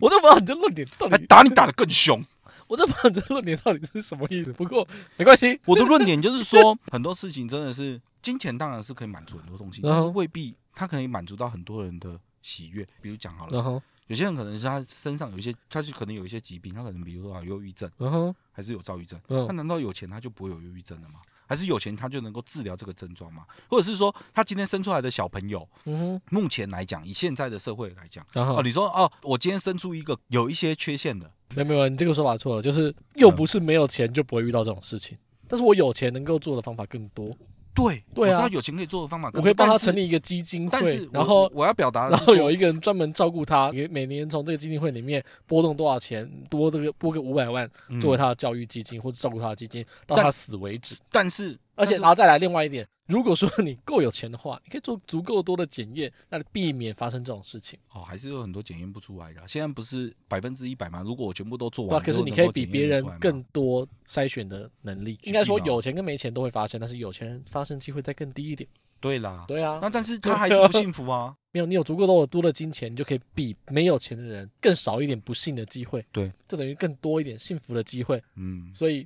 我都不知道你这论点到还底，打你打得更凶。我都不知道你这论点到底是什么意思。不过没关系，我的论点就是说，很多事情真的是金钱当然是可以满足很多东西，嗯哼但是未必它可以满足到很多人的喜悦。比如讲好了，然后有些人可能是他身上有一些，他就可能有一些疾病，他可能比如说啊忧郁症，然后还是有躁郁症。他嗯难道有钱他就不会有忧郁症了吗？还是有钱他就能够治疗这个症状吗？或者是说，他今天生出来的小朋友，嗯哼目前来讲，以现在的社会来讲，然哦，后你说哦，我今天生出一个有一些缺陷的，没有没有，你这个说法错了，就是又不是没有钱就不会遇到这种事情，但是我有钱能够做的方法更多，对，对啊我知道有钱可以做的方法更我多，可以帮他但是成，立一个基金但会是，然我后我要表达的然是后说，有一个人专门照顾他，也每年从这个基金会里面拨动多少钱，拨这个拨个五百万嗯作为他的教育基金或者照顾他的基金，到但他死为止。但是而且，但是然后再来另外一点，如果说你够有钱的话，你可以做足够多的检验，那你避免发生这种事情。哦，还是有很多检验不出来的。啊现在不是百分之一百吗？如果我全部都做对吧、啊完，可是都你能可以够比检别验得人出来吗更多筛选的能力。举应该例说嘛有钱跟没钱都会发生，但是有钱人发生机会再更低一点。对啦。对啊，那但是他还是不幸福啊。没有你有足够多的多的金钱，你就可以比没有钱的人更少一点不幸的机会。对，就等于更多一点幸福的机会。 嗯，所以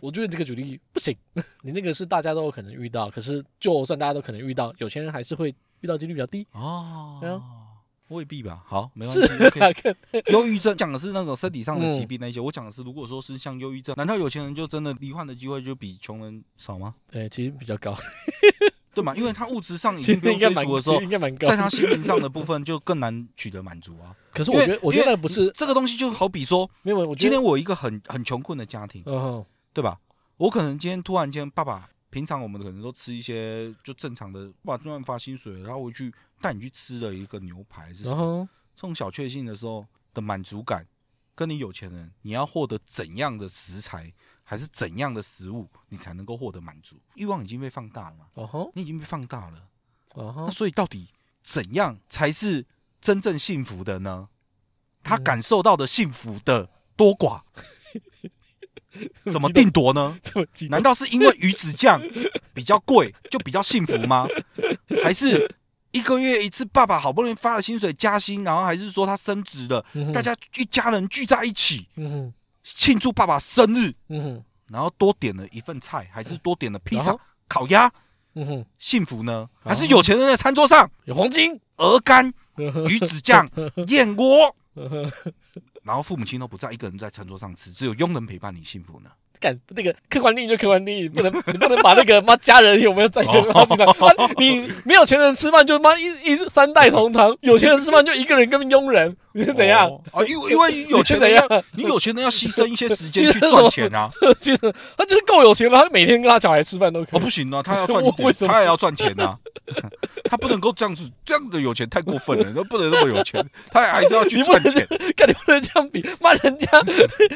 我觉得这个举例不行， 你那个是大家都有可能遇到，可是就算大家都可能遇到，有钱人还是会遇到几率比较低。对啊哦，未必吧。好，没是关系，OK 啊，。看忧郁症讲的是那种身体上的疾嗯病那些，我讲的是如果说是像忧郁症，难道有钱人就真的罹患的机会就比穷人少吗？ 对，其实比较高，对嘛？因为他物质上已其经实不用应该追蛮，逐的时其候实，应该蛮高在。他心灵上的部分就更难取得满足啊。可是因我为觉得，我觉得因为那不是，这个东西，就好比说，没有，我觉今得，天我有一个很很穷困的家庭，嗯哼，对吧？我可能今天突然间，爸爸平常我们可能都吃一些就正常的，爸爸突然发薪水了，然后我去带你去吃了一个牛排，是什然么？后，这种小确幸的时候的满足感，跟你有钱人，你要获得怎样的食材，还是怎样的食物，你才能够获得满足？欲望已经被放大了嘛，然后，你已经被放大了。然那后，哦所以到底怎样才是真正幸福的呢？他嗯？感受到的幸福的多寡，怎么定夺 呢 这么激动难？道是因为鱼子酱比较贵就比较幸福吗？还是一个月一次，爸爸好不容易发了薪水加薪，然后还是说他升职了，嗯哼大，家一家人聚在一起嗯哼，庆祝爸爸生日，嗯哼，然后多点了一份菜，还是多点了披然萨后、烤鸭，嗯哼，幸福呢？还是哦有钱人的餐桌上有黄金，嗯鹅肝、鱼 子酱、燕窝，然后父母亲都不在，一个人在餐桌上吃，只有佣人陪伴你，幸福呢？干那个客观定义就客观定义，不能你不能把那个妈家人有没有在一个哦放进来。啊你没有钱人吃饭就妈一一三代同堂，有钱人吃饭就一个人跟佣人，你是怎样？哦？啊，因为因为有钱人你是怎要你有钱人要牺牲一些时间去赚钱啊！ 就是他就是够有钱了，他每天跟他小孩吃饭都可哦，以。不行啊，他要赚我为，什么他也要赚钱啊！ 他不能够这样子，这样的有钱太过分 了，他不能那么有钱，他还是要去你不赚能 钱。干，你不能这样比，妈人家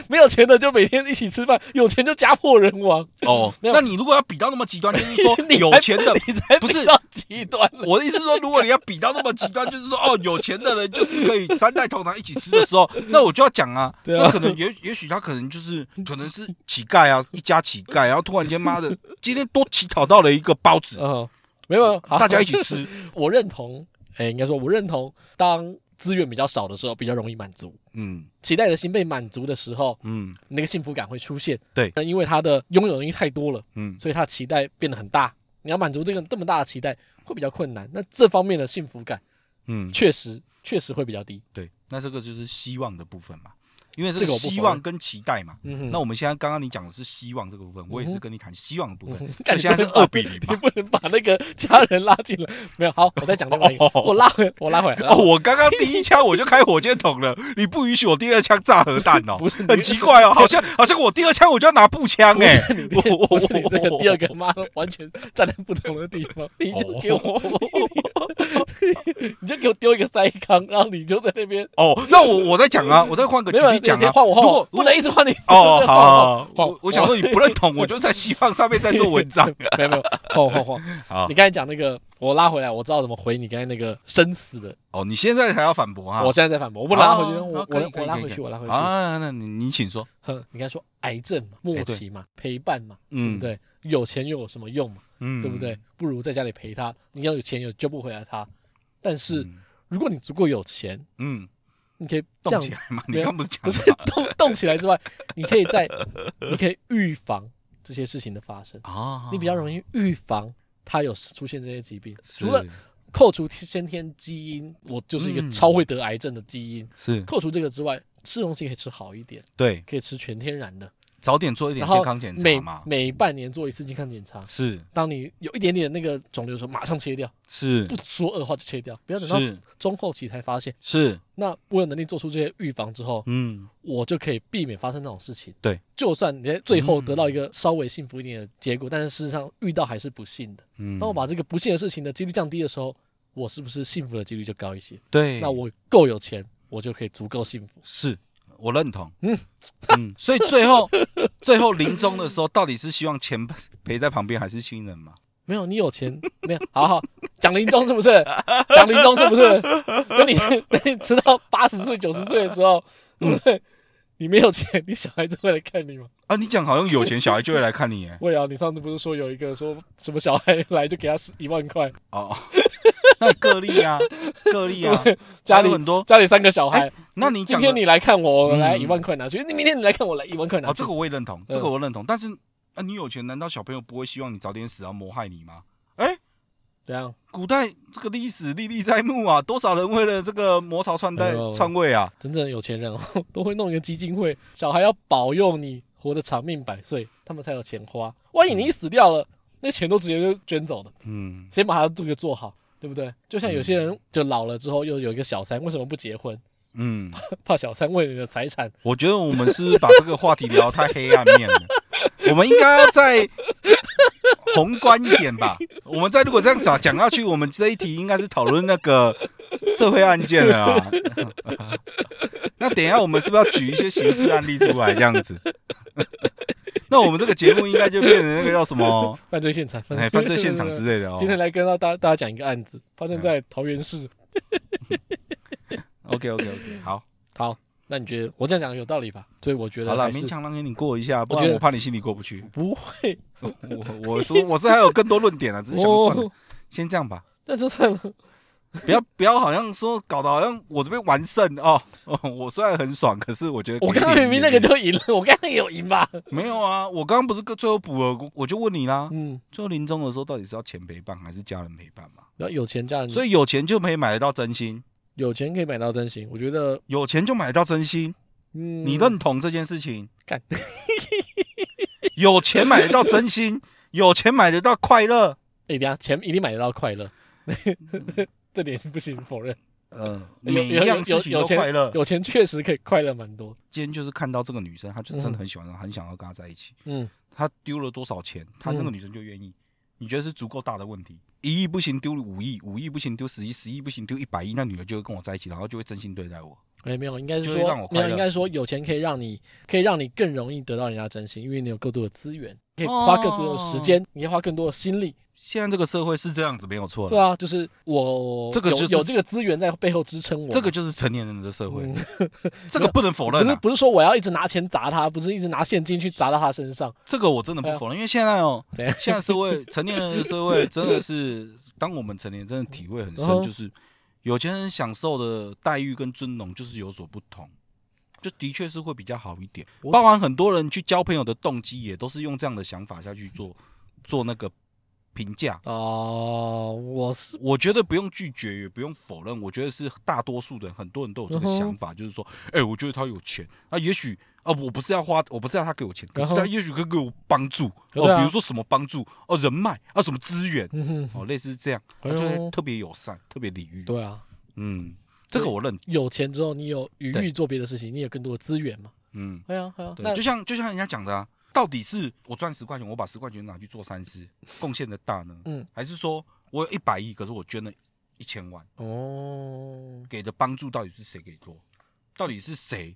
没有钱的就每天一起吃饭，有钱就家破人亡，哦， 没有那你如果要比到那么极端，就是说 你有才钱的，你才不比是较哎极端了。我的意思是说，如果你要比到那么极端，就是说哦，有钱的人就是可以三代同堂一起吃的时候，那我就要讲啊，对啊那可能也也许他可能就是可能是乞丐啊，一家乞丐，然后突然间妈的，今天多乞讨到了一个包子，嗯，没有，好大家一起吃， 我认同，哎、应该说我认同，当资源比较少的时候，比较容易满足，嗯期待的心被满足的时候，嗯那个幸福感会出现。对，因为他的拥有的东西太多了，嗯，所以他的期待变得很大。你要满足这个这么大的期待，会比较困难。那这方面的幸福感嗯，确实确实会比较低。对，那这个就是希望的部分嘛，因为这这个个我不否希望认跟期待嘛。嗯哼， 那我们现在刚刚你讲的是希望这个部分，我也嗯是哼嗯跟你谈希望的部分，干所以现在是你不能二比零你 嘛。不能把那个家人拉进来。没有，好，我再讲另外一个，哦我拉回，我拉回来。 哦，我刚刚第一枪我就开火箭筒了， 你不允许我第二枪炸核弹哦， 不是你很奇怪哦，好像好像我第二枪我就要拿步枪哎、我我不是你这个第二我个妈的，完全站在不同的地方，你就给 我，你就给我丢一个塞康，然后你就在那边哦，那我我再讲 啊，我再换个没举有例讲啊，换我换如我果，不能一直 换你哦，好好，好换我我想说你不认同，我就在希望上面在做文 章，没有没有换我换我换好我，你刚才讲那个我拉回来，我知道怎么回你刚才那个生死的，哦，你现在才要反驳啊，我现在在反驳，我不拉回去，哦我哦可以我可以我拉可以回可以去，我拉回去，啊，那你你请说，哼，你刚才说癌症嘛，末哎对期嘛，陪伴嘛，对嗯，不，对？有钱又有什么用嘛？嗯对不对？？不如在家里陪他，你要有钱也救不回来他。但是嗯如果你足够有钱，嗯，你可以这动样起来嘛，没你有刚不是讲 不是了吗动动起来之外，你可以在你可以预防这些事情的发生，啊你比较容易预防他有出现这些疾病。是除了扣除先天基因，我就是一个嗯超会得癌症的基因。是扣除这个之外，吃东西可以吃好一点，对，可以吃全天然的，早点做一点然健后康检每查嘛，每半年做一次健康检查。是当你有一点点那个肿瘤的时候，马上切掉，是不说二话就切掉，不要等到是中后期才发现。是，那我有能力做出这些预防之后，嗯我就可以避免发生这种事情。对，就算你在最后得到一个稍微幸福一点的结果，但是事实上遇到还是不幸的。嗯，当我把这个不幸的事情的几率降低的时候，我是不是幸福的几率就高一些？对，那我够有钱，我就可以足够幸福。是我认同，嗯嗯嗯，所以最后 最后临终的时候，到底是希望前辈陪在旁边，还是亲人嘛？没有，你有钱没有？好好讲临终是不是？讲临终是不是？等你等你吃到八十岁、九十岁的时候，对不对？你没有钱，你小孩子会来看你吗？啊，你讲好像有钱小孩就会来看你耶，魏瑶，你上次不是说有一个说什么小孩 来就给他一万块，哦， 那个例啊，个例啊，家还里有很多。家里三个小孩，哎那你今讲天的你来看我，我来嗯一万块拿去；哎你明天你嗯来看我，来一万块拿去。哦，这个我也认同，这个我认同，但是啊，你有钱，难道小朋友不会希望你早点死啊，谋害你吗？哎。怎样？古代这个历史历历在目啊，多少人为了这个魔朝篡代哎呦篡位啊？真正有钱人哦， 都会弄一个基金会，小孩要保佑你活得长命百岁，他们才有钱花。万一你一死掉了，那钱都直接就捐走了。嗯，先把他这个做好，对不对？就像有些人就老了之后又有一个小三，为什么不结婚？ 嗯，怕小三为了你的财产。我觉得我们是不是把这个话题聊得太黑暗面了，我们应该要再宏观一点吧。 我们再如果这样讲讲下去，我们这一题应该是讨论那个社会案件了啊。 那等一下我们是不是要举一些刑事案例出来这样子？ 那我们这个节目应该就变成那个叫什 么？犯罪现场，哎，犯罪现场之类的哦 今。天来跟大大家讲一个案子，发生在桃园市。 OK OK OK，好， 好，那你觉得我这样讲有道理吧？所以我觉得好了，还是勉强让给你过一下，不我觉然得我怕你心里过不去。不会， 我我说我是还有更多论点啊，只是想说算了，哦，先这样吧。 那就算了。不要不要，好像说搞得好像我这边完胜哦哦，我虽然很爽，可是 我觉得我给刚刚点明明那个意见就赢了，我刚刚有赢吧？没有啊，我刚刚不是跟最后补了，我我就问你啦，嗯，最后临终的时候到底是要钱陪伴还是家人陪伴嘛？然后有钱家人，所以有钱就可以买得到真心，有钱可以买到真心。我觉得，有钱就买得到真心，嗯，你认同这件事情？干有钱买得到真心， 有钱买得到快乐，哎，等一下钱一定买得到快乐，嗯 这点不行否认。呃，有每一有样有事情有都钱快乐。有钱确实可以快乐蛮多。今天就是看到这个女生，她就真嗯的很喜欢她，很想要跟她在一起。嗯，他丢了多少钱，他那个嗯女生就愿意。你觉得是足够大的问题？一亿不行，丢五亿；五亿不行，丢十亿；十亿不行，丢一百亿。那女的就会跟我在一起，然后就会真心对待我。哎，没有，应该是就说是让我没有，快乐应该说有钱可以让你可以让你更容易得到人家真心，因为你有更多的资源，可以花更多的时哦间，你可以花更多的心力，现在这个社会是这样子，没有错是了。啊，就是我这个有就是有这个资源在背后支撑我，这个就是成年人的社会嗯，这个不能否认 不是啊，不是说我要一直拿钱砸他，不是一直拿现金去砸到他身上，这个我真的不否认，因为现在哦啊 对啊，现在社会成年人的 社会真的是，当我们成年真的体会很深然，后就是有钱人享受的待遇跟尊荣就是有所不同，就的确是会比较好一点。我包含很多人去交朋友的动机也都是用这样的想法下去做做那个评价，哦、我是我觉得不用拒绝，也不用否认。我觉得是大多数人，很多人都有这嗯个哼想法，就是说，哎、我觉得他有钱，啊，也许啊，我不是要花，我不是要他给我钱，可然是后他也许可以给我帮助对啊哦，比如说什么帮助哦，人脉啊，什么资源嗯哼，哦，类似这样，哎他呦就会特别友善，特别礼遇。对啊，嗯，这个我认，有钱之后你有余对裕做别的事情，你有更多的资源嘛，嗯，对啊对啊，那对，就像就像人家讲的啊，到底是我赚十块钱，我把十块钱拿去做善事，贡献的大呢？嗯，还是说我有一百亿，可是我捐了一千万？哦，给的帮助到底是谁给多？到底是谁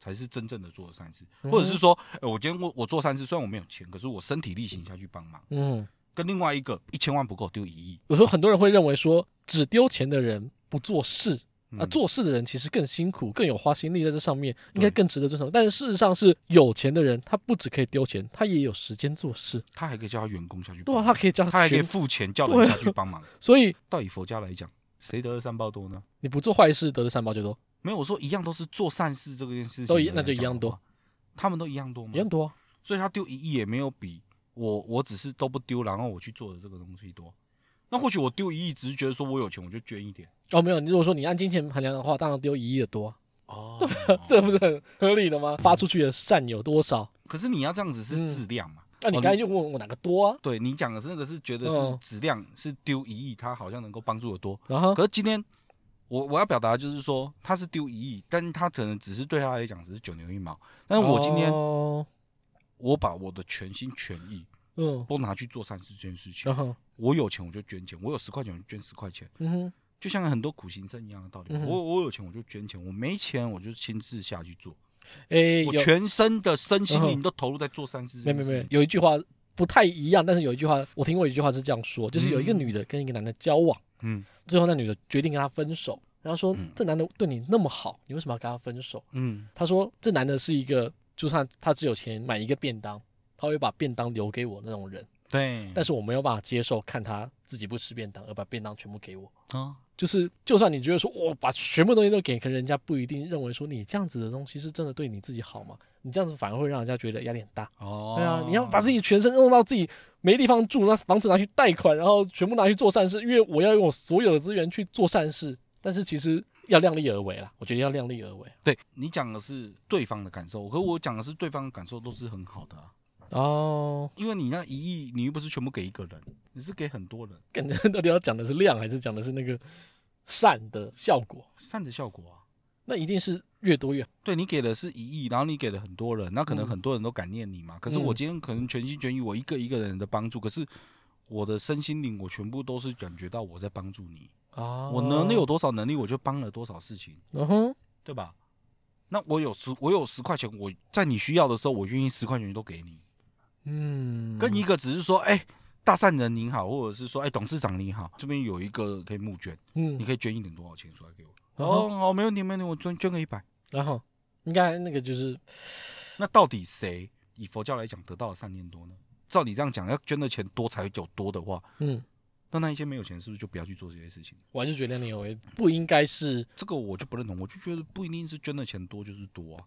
才是真正的做了善事？嗯哼或者是说，呃我今天我我做善事，虽然我没有钱，可是我身体力行下去帮忙，嗯，跟另外一个一千万不够丢一亿，有时候很多人会认为说，只丢钱的人不做事。啊，嗯做事的人其实更辛苦，更有花心力在这上面，应该对更值得尊崇。但是事实上是有钱的人，他不只可以丢钱，他也有时间做事。他还可以叫他员工下去对帮啊，忙，他可以叫他还可以全，付钱叫人对下啊去帮忙。所以到底佛家来讲，谁得的善报多呢？你不做坏事得的三宝就多，没有，我说一样都是做善事这个件事情，都一的来那就一讲样的多话，他们都一样多吗？一样，多啊。所以他丢一亿也没有比我我只是都不丢，然后我去做的这个东西多。那或许我丢一亿，只是觉得说我有钱，我就捐一点。哦，没有，你如果说你按金钱衡量的话，当然丢一亿的多啊、 哦，这不是很合理的吗？发出去的善有多少？可是你要这样子嗯是质量嘛？那、你哦刚才就问我哪个多啊？对你讲的是那个是觉得是嗯质量是丢一亿，它好像能够帮助的多。然后可是今天我我要表达的就是说，他是丢一亿，但是他可能只是对他来讲只是九牛一毛。但是我今天哦、我把我的全心全意嗯，都拿去做善事这件事情然，后我有钱我就捐钱，我有十块钱我就捐十块钱，嗯哼，就像很多苦行僧一样的道理。嗯哼我我有钱我就捐钱，我没钱我就亲自下去做，诶，我有全身的身心嗯哼灵都投入在做善事。没有没有没有，，有一句话不太一样，但是有一句话我听过一句话是这样说，就是有一个嗯女的跟一个男的交往，嗯最后那女的决定跟他分手，然后说、嗯这男的对你那么好，你为什么要跟他分手？嗯他说这男的是一个，就算他只有钱买一个便当，他会把便当留给我那种人，嗯对，但是我没有办法接受看他自己不吃便当而把便当全部给我。啊就是，就算你觉得说，我把全部东西都给，可能人家不一定认为说你这样子的东西是真的对你自己好嘛？你这样子反而会让人家觉得压力很大。哦，对啊，你要把自己全身弄到自己没地方住，那房子拿去贷款，然后全部拿去做善事，因为我要用我所有的资源去做善事。但是其实要量力而为啦，我觉得要量力而为对你讲的是对方的感受，可我讲的是对方的感受都是很好的、啊，哦。因为你那一亿，你又不是全部给一个人，你是给很多人，感觉到底要讲的是量，还是讲的是那个善的效果？善的效果啊。那一定是越多越好。对你给的是一亿，然后你给了很多人，那可能嗯很多人都感念你嘛。可是我嗯今天可能全心全意，我一个一个人的帮助，可是我的身心灵，我全部都是感觉到我在帮助你。啊我能力有，多少能力，我就帮了多少事情，嗯哼，对吧？那我有十，我有十块钱，我在你需要的时候，我愿意十块钱都给你。嗯，跟一个只是说，哎、大善人您好，或者是说，哎、董事长您好，这边有一个可以募捐，你嗯，可以捐一点多少钱出来给我？嗯哦，好，没问题，没问题，我捐捐个一百。然后应该那个就是那到底谁以佛教来讲得到的善念多呢？照你这样讲，要捐的钱多才有多的话，嗯，那那一些没有钱是不是就不要去做这些事情？我还是觉得量力而为不应该是这个我就不认同，我就觉得不一定是捐的钱多就是多啊。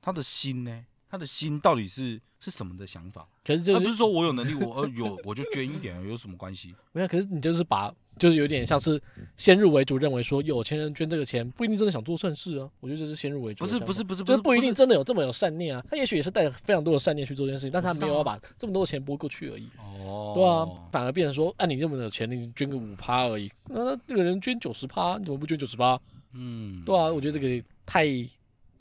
他的心呢？他的心到底是是什么的想法？可是他就啊不是是说我有能力，我呃有我就捐一点，有什么关系？没有，可是你就是把，就是有点像是先入为主，认为说有钱人捐这个钱不一定真的想做善事啊。我觉得这是先入为主不的是想法，不是不是就是不一定真的有这么有善念啊。他也许也是带着非常多的善念去做这件事情，但他我知道没有要啊把这么多的钱拨过去而已。哦，对啊，反而变成说，按、你这么有钱，你捐个五趴而已，那这个人捐九十趴，你怎么不捐九十趴？嗯，对啊，我觉得这个太，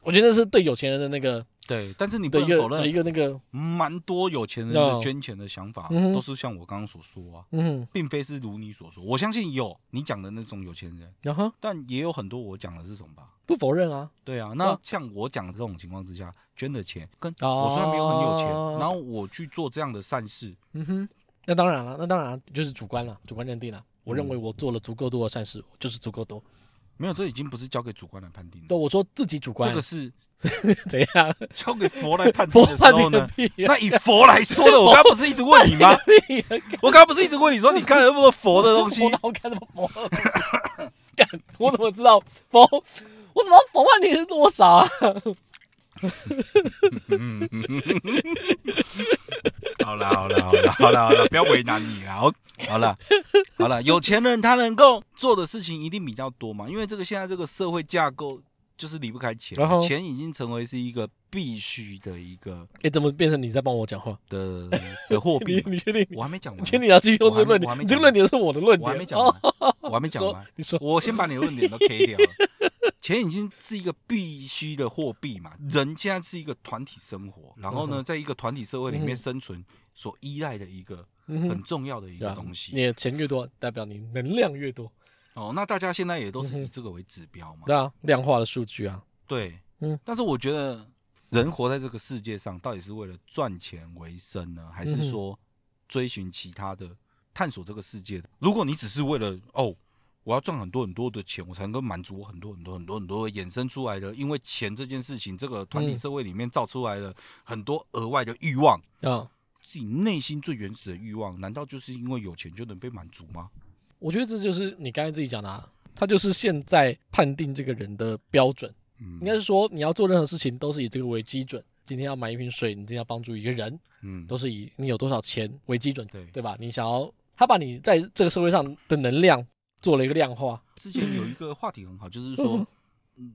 我觉得是对有钱人的那个对，但是你不的一能个否的一认，个那个，蛮多有钱人嗯的捐钱的想法嗯哼都是像我刚刚所说啊，嗯，并非是如你所说。我相信有你讲的那种有钱人，然后但也有很多我讲的这种吧。不否认啊，对啊，那啊像我讲的这种情况之下，捐的钱跟哦我虽然没有很有钱，然后我去做这样的善事，嗯哼，那当然了，那当然就是主观了，主观认定了。我嗯认为我做了足够多的善事，就是足够多。没有，这已经不是交给主观来判定对，了，我说自己主观这个是怎样？交给佛来判 定佛的时判定候个呢？屁啊！那以佛来说的，我刚刚不是一直 问你吗？我刚刚不是一直问你说你看了那么多佛的东 西我？哪我看什么佛？干，我怎么知道佛？我怎么佛判定是多少啊？嗯，好啦好啦好啦好啦好啦，不要为难你啦。好，好啦好啦，有钱人他能够做的事情一定比较多嘛，因为这个现在这个社会架构就是离不开钱然后，钱已经成为是一个必须的一个哎、怎么变成你在帮我讲话？的的货你币嘛。你确定？我还没讲你完确，定你要继续用这个论我还点？没你这个论点是我的论我还没点讲哦。完，我还没讲完。你说 我先把你的论点都 K 掉了。钱已经是一个必须的货币嘛，人现在是一个团体生活，然后嗯呢，在一个团体社会里面嗯生存所依赖的一个嗯哼很重要的一对个啊东，西。你的钱越多，代表你能量越多，哦，那大家现在也都是嗯以哼这个为指标嘛对？啊，量化的数据啊，对，嗯。但是我觉得人活在这个世界上，到底是为了赚钱为生呢，还嗯是哼说追寻其他的、探索这个世界的？如果你只是为了哦，我要赚很多很多的钱，我才能够满足我很多很多很多很多衍生出来的，因为钱这件事情，这个团体嗯社会里面造出来的很多额外的欲望，啊，自己内心最原始的欲望，难道就是因为有钱就能被满足吗？我觉得这就是你刚才自己讲的、啊，它就是现在判定这个人的标准。嗯，应该是说你要做任何事情都是以这个为基准。今天要买一瓶水，你今天要帮助一个人，嗯，都是以你有多少钱为基准，对对吧？你想要他把你在这个社会上的能量做了一个量化，之前有一个话题很好，就是说。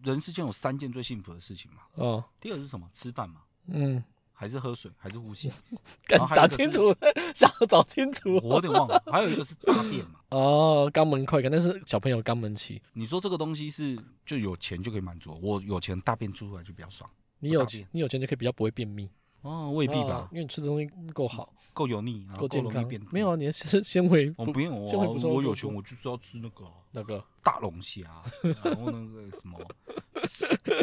人世间有三件最幸福的事情嘛，嗯第二个是什么？吃饭嘛，嗯，还是喝水，还是呼吸？ 干然后还有找一个清是楚， 想要找清楚我有点忘了。还有一个是大便嘛。哦，肛门快感，但是小朋友肛门期，你说这个东西是就有钱就可以满足，我有钱大便出来就比较爽。你我有大钱便你有钱就可以比较不会便秘，哦，未必啊吧，因为你吃的东西够好，够油腻，然后够够健容易康变肥。没有啊，你的纤纤维我不不用我就会补充我很多有钱我就是要吃那个那个大 龙虾，啊然后那个什么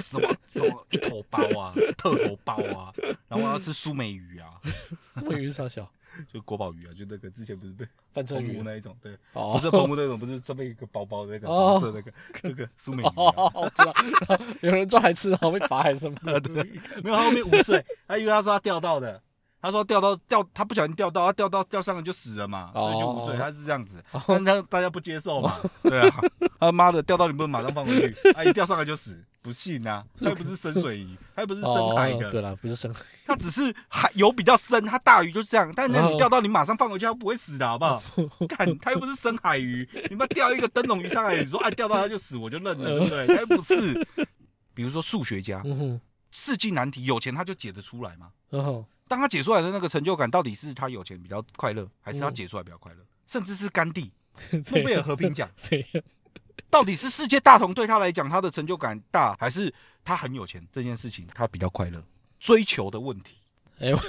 什么什么一头包啊， 特头包啊，然后我要吃苏梅鱼啊，什么鱼是啥 小就国宝鱼啊，就那个之前不是被翻车澎鱼湖那一种，对，哦，不是澎湖那种，不是这边一个包包的那个哦黄色那个 那个苏梅鱼啊。哦，我知道，然后有人抓还吃，然后被罚还是什么的？ 没有，他后面无罪，他因为他说他钓到的，他说钓到钓，他不小心钓到，他钓到钓上了就死了嘛，所以就无罪，哦他是这样子，但是他大家不接受嘛， 对啊，他妈的钓到你不能马上放回去，啊一钓上来就死，不 信啊，他又不是深水鱼，他又不是深海哦、对的，了，不是深海，他只是海有比较深，他大鱼就是这样，但是哦你钓到你马上放回去，他不会死的好不 好？看他又不是深海鱼，你妈钓一个灯笼鱼上来，你说哎钓到他就死，我就认了，对不对？他又不是，比如说数学家，嗯哼，哦世纪难题，有钱他就解得出来吗？然 后当他解出来的那个成就感，到底是他有钱比较快乐，还是他嗯解出来比较快乐？甚至是甘 地这诺贝尔样和平奖，这样，到底是世界大同对他来讲，他的成就感大，还是他很有钱这件事情他比较快乐？追求的问题，哎，我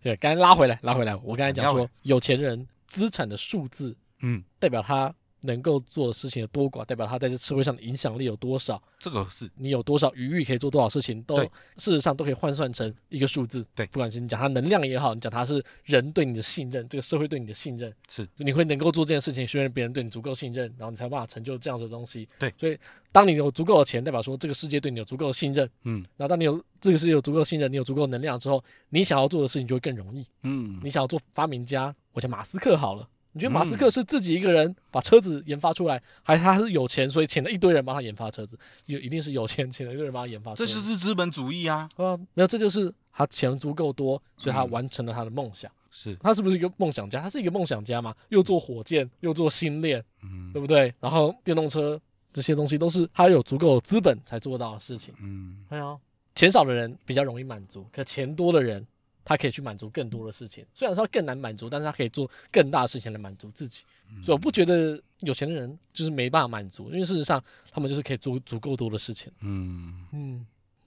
对，刚才拉回来，拉回来，我刚才讲拉回说来，有钱人资产的数字嗯，代表他能够做的事情有多寡，代表他在这社会上的影响力有多少，这个是你有多少余裕可以做多少事情，都对事实上都可以换算成一个数字。对不管是你讲他能量也好，你讲他是人对你的信任，这个社会对你的信任，是你会能够做这件事情，是因为别人对你足够信任，然后你才有办法成就这样子的东西。对所以当你有足够的钱，代表说这个世界对你有足够的信任，嗯然后当你有这个世界有足够的信任，你有足够的能量之后，你想要做的事情就会更容易。嗯你想要做发明家，我讲马斯克好了。你觉得马斯克是自己一个人把车子研发出来，还是他是有钱，所以请了一堆人帮他研发车子？有一定是有钱，请了一堆人帮他研发车这子。就是资本主义啊，啊，没有，这就是他钱足够多，所以他嗯完成了他的梦想。是他是不是一个梦想家？他是一个梦想家嘛，又做火箭，又做星链，嗯对不对？然后电动车这些东西都是他有足够的资本才做到的事情。嗯哎呀，钱少的人比较容易满足，可钱多的人他可以去满足更多的事情。虽然说更难满足，但是他可以做更大的事情来满足自己。嗯所以我不觉得有钱的人就是没办法满足，因为事实上他们就是可以做足够多的事情。嗯，嗯，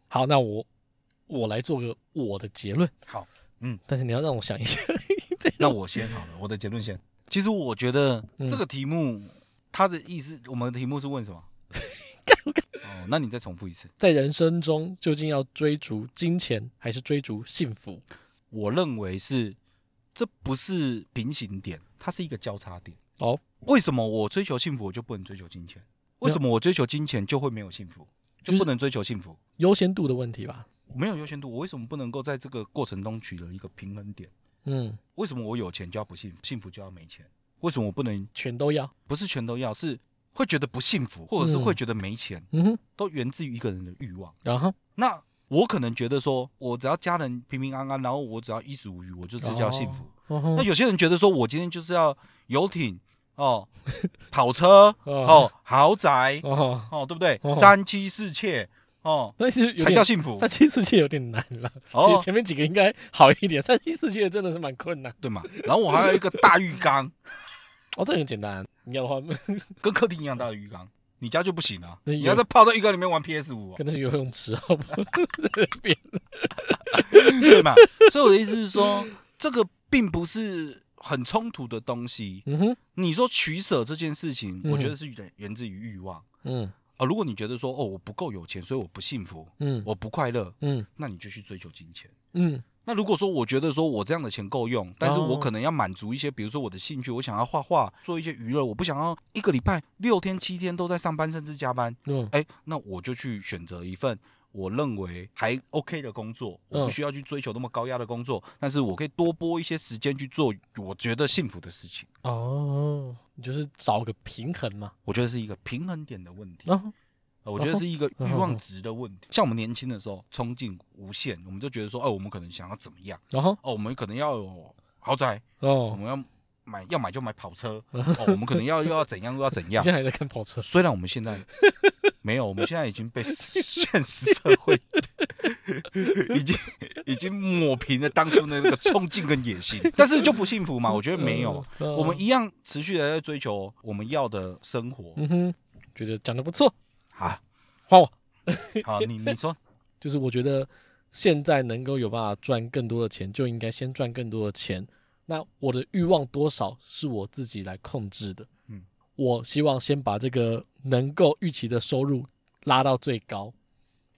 好，那我我来做个我的结论。好，嗯，但是你要让我想一下， 那我先好了，我的结论先。其实我觉得嗯这个题目，它的意思，我们的题目是问什么？哦，那你再重复一次。在人生中究竟要追逐金钱还是追逐幸福？我认为是，这不是平行点，它是一个交叉点。哦，为什么我追求幸福，我就不能追求金钱？为什么我追求金钱就会没有幸福，就就是不能追求幸福？优先度的问题吧。没有优先度，我为什么不能够在这个过程中取得一个平衡点？嗯，为什么我有钱就要不幸福，幸福就要没钱？为什么我不能全都要。不是全都要，是会觉得不幸福，或者是嗯会觉得没钱，嗯哼，都源自于一个人的欲望。然后那我可能觉得说，我只要家人平平安安，然后我只要衣食无虞，我就这叫幸福。。哦那哦有些人觉得说我今天就是要游艇 哦，跑车哦，豪宅哦哦，哦，对不对哦？三妻四妾哦，那其实有才叫点。幸福三七四七有点难了，哦其实前面几个应该好一点，三七四七的真的是蛮困难。对嘛？然后我还有一个大浴缸，哦，这很简单，你要的话跟客厅一样大的浴缸，你家就不行啊，那有你要再泡在浴缸里面玩 PS 五、哦，可能是游泳池，好不好？在那边对嘛？所以我的意思是说，这个并不是很冲突的东西。嗯哼，你说取舍这件事情，嗯我觉得是源源自于欲望啊、嗯如果你觉得说哦，我不够有钱，所以我不幸福，嗯我不快乐，嗯那你就去追求金钱。嗯那如果说我觉得说我这样的钱够用，但是哦我可能要满足一些，比如说我的兴趣，我想要画画，做一些娱乐，我不想要一个礼拜六天七天都在上班，甚至加班。嗯哎，那我就去选择一份我认为还 OK 的工作，嗯我不需要去追求那么高压的工作，但是我可以多拨一些时间去做我觉得幸福的事情。哦，你就是找个平衡嘛。我觉得是一个平衡点的问题，哦，呃我觉得是一个嗯欲哼望值的问题。像我们年轻的时候，冲劲无限，我们就觉得说，哦，我们可能想要怎么样？然后哦，我们可能要有豪宅，我哦，们要买，要买就买跑车，哦，我们可能要又要怎样又要怎你样现。在还在看跑车？虽然我们现 在没有，我们现在已经被现实社会已经已经抹平了当初的那个冲劲跟野心，但是就不幸福嘛？我觉得没有，嗯，我们一一样持续的在追求我们要的生活嗯哼，觉得讲的不错，啊。换我。好，你你说，就是我觉得现在能够有办法赚更多的钱，就应该先赚更多的钱。那我的欲望多少是我自己来控制的。嗯，我希望先把这个能够预期的收入拉到最高，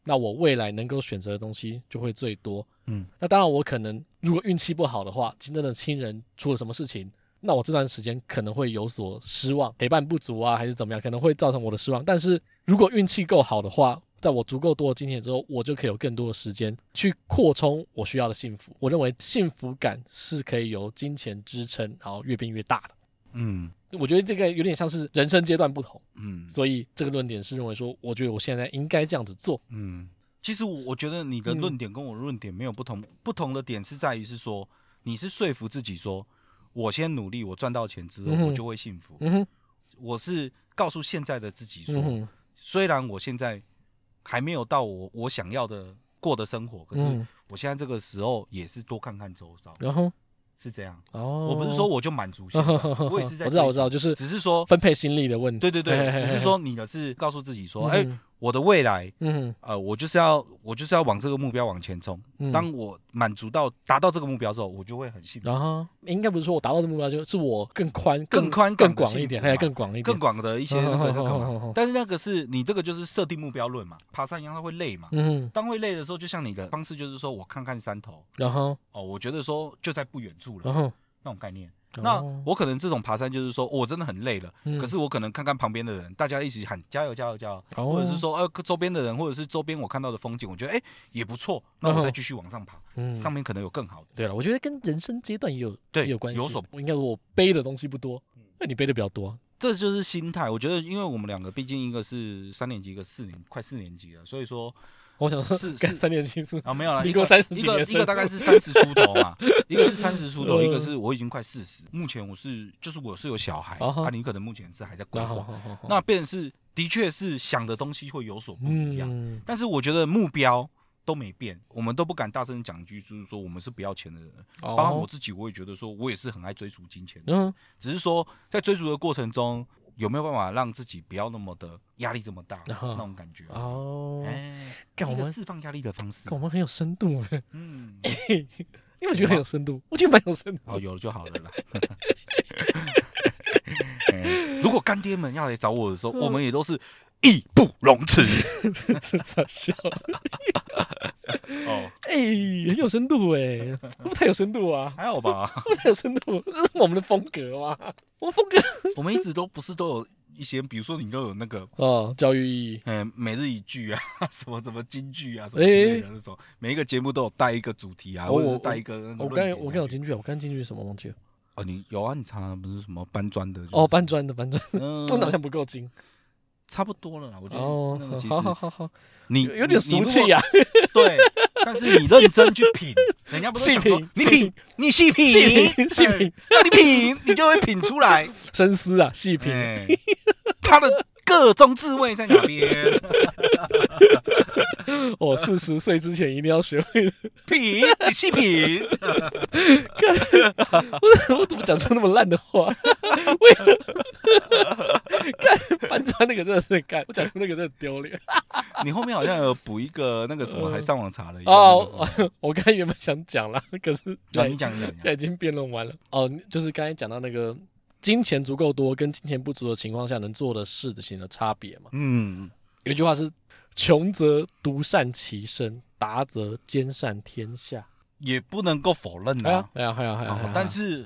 那我未来能够选择的东西就会最多。嗯，那当然我可能如果运气不好的话，真正的亲人出了什么事情。那我这段时间可能会有所失望，陪伴不足啊，还是怎么样，可能会造成我的失望。但是如果运气够好的话，在我足够多的金钱之后，我就可以有更多的时间去扩充我需要的幸福。我认为幸福感是可以由金钱支撑，然后越变越大的。嗯我觉得这个有点像是人生阶段不同，嗯所以这个论点是认为说，我觉得我现在应该这样子做。嗯，其实我我觉得你的嗯论点跟我的论点没有不同，不同的点是在于是说你是说服自己说，我先努力，我赚到钱之后嗯哼我就会幸福。嗯哼，我是告诉现在的自己说嗯。哼，虽然我现在还没有到我我想要的过的生活，可是嗯我现在这个时候也是多看看周遭，然后是这样。哦，我不是说我就满足现在，我 也是在我知道，追我知道，就是求，只是说，分配心力的问题。对对嘿对，嘿嘿只是说你的是告诉自己说，哎嗯哼，我的未来，嗯呃，我就是要我就是要往这个目标往前冲。嗯，当我满足到达到这个目标之后，我就会很幸福。然后应该不是说我达到的目标，就是我更宽、更宽更广广的一幸点，福还嘛更广一点，更广的一些那 个那个好好好好嘛，但是那个是你这个就是设定目标论嘛，爬山一样它会累嘛。嗯，当会累的时候，就像你的方式就是说我看看山头，然后哦，我觉得说就在不远处了然后那种概念。然那后我可能这种爬山就是说，我真的很累了，哦嗯可是我可能看看旁边的人，大家一起喊加油加油加油，哦或者是说呃周边的人，或者是周边我看到的风景，我觉得哎、也不错，那我再继续往上爬，嗯，上面可能有更好的。对了，我觉得跟人生阶段也有对也有关系，有所嗯我应该说我背的东西不多，那你背的比较多，啊这就是心态，我觉得，因为我们两个毕竟一个是三年级，一个四年快四年级了，所以说我想说 是干是三年级是啊没 有了，民一国个30几一个年一生个大概是三十出头 嘛，一个是三十出头，嗯一个是我已经快四十，目前我是就是我是有小孩，啊哈啊啊你可能目前是还在规然后划，好好好那变成是的确是想的东西会有所不一样，嗯但是我觉得目标都没变，我们都不敢大声讲一句，就是说我们是不要钱的人，包括我哦自己，我也觉得说我也是很爱追逐金钱的，嗯只是说在追逐的过程中，有没有办法让自己不要那么的压力这么大、啊哈那种感觉？哦，哎，干一我个们释放压力的方式干。我们很有深度欸，嗯，因为我觉得很有深度，我觉得蛮有深度好，有了就好了啦。 哎如果干爹们要来找我的嗯时候，我们也都是义不容 辞。的，傻笑， 哦，哎，很有深度哎，会不会太有深度啊？还好吧？会不会太有深度？这是我们的风格吗？我们风格我们一直都不是都有一些，比如说你都有那个。哦，教育意义，嗯，每日一句啊， 什么什么金句啊，什么之类的那种，每一个节目都有带一个主题啊，哦或者我是带一个那种我论刚点啊。有我刚有进去，我刚进去什么忘记了？哦，你有啊？你常常不是什么搬砖的？就是哦，搬砖的搬砖， 嗯我脑像不够精差不多了啦，我觉得哦那个其，好好实好好，你有有点俗气气啊，呀，对，但是你认真去 品，人家不是细想说品你细品，你细品，细品细品哎，那你品，你就会品 出来，深思啊，细品，哎，它的各种滋味在哪边？我哦四十岁之前一定要学 会。品，你细 品，我我怎么讲出那么烂的话？ 为何？ 干搬砖那个真的是干，我讲出那个真的很丢脸你后面好像有补一个那个什么，还上网查了一个嗯那哦个什么。。我刚才原本想讲啦，可是那现在你讲一讲，你现讲在已经辩论完了哦。你就是刚才讲到那个金钱足够多跟金钱不足的情况下能做的事情的差别嘛。嗯，有一句话是“穷则独善其身，达则兼善天下也不能够否认”。啊哎呀呐，哎呀哎呀哎呀！哎呀啊嗯但是。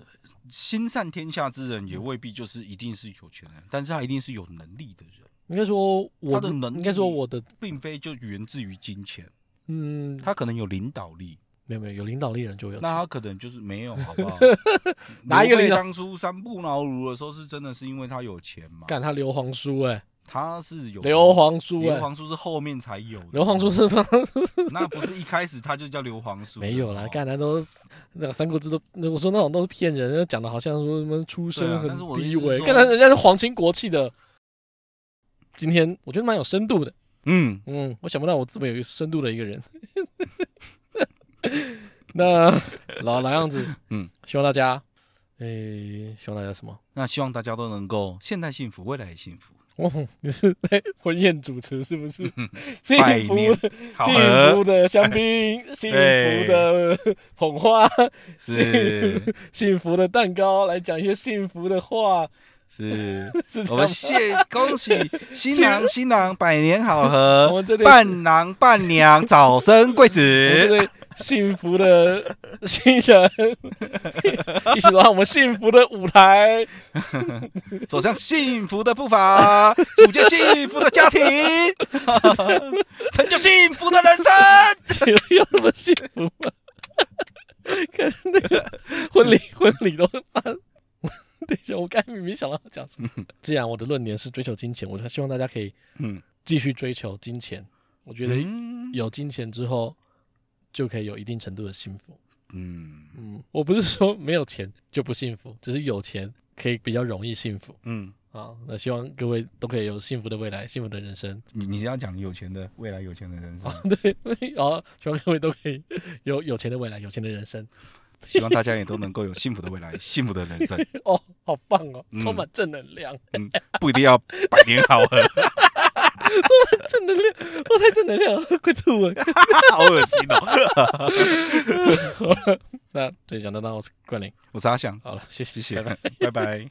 心善天下之人也未必就是一定是有钱人，但是他一定是有能力的人，应该说我他的能力应该说我的并非就源自于金钱，嗯，他可能有领导力，没有没有有领导力的人就有那钱他可能就是没有，好 不好？哪一个刘备领导当初三顾茅庐的时候，是真的是因为他有钱嘛？干他硫磺书哎、他是有硫磺书硫哎、磺叔是后面才有的，硫磺书是吗？ 那不是一开始他就叫硫磺叔的，没有啦，哦干那都那个《三国志》都，那我说那种都是骗人，那讲的好像说什么出对身啊但是很我的意低思是微，说干他人家是皇亲国戚的。今天我觉得蛮有深度的，嗯，嗯，我想不到我这么有一个深度的一个人。 那老老样子，嗯，希望大家，诶、希望大家什么？ 那希望大家都能够现在幸福，未来也幸福，哦，你是在婚宴主持是不是？幸百福嗯年好幸合福的香 槟，幸福的捧花，是幸福的蛋糕，来讲一些幸福的话， 是，是这我样吗们？谢恭喜 新郎新郎百年好合我，们这对伴郎伴娘早生贵 我们这子，对幸福的 新人，一起走上我们幸福的舞台。走向幸福的步伐，组建幸福的 家庭，成就幸福的人生。有那么幸福吗？ 看那个婚礼，婚礼都妈。等一下，我刚才明明想到要讲什么。既然我的论点是追求金钱，我就希望大家可以嗯，继续追求金钱。我觉得嗯有金钱之后，就可以有一定程度的幸福。嗯嗯，我不是说没有钱就不幸福，只是有钱可以比较容易幸福嗯，啊。那希望各位都可以有幸福的未来，幸福的人生 你你是要讲有钱的未来有钱的人生啊，。对， 啊，希望各位都可以有有钱的未来，有钱的人生。 希望大家也都能够有幸福的未来，幸福的人生。哦，好棒哦嗯，充满正能量， 嗯，不一定要百年好合， 正能量，我太正能量了，快吐了。 好恶心哦。那这里讲到那，我是冠霖，我是阿翔，好了，谢谢，谢谢拜拜。，拜拜。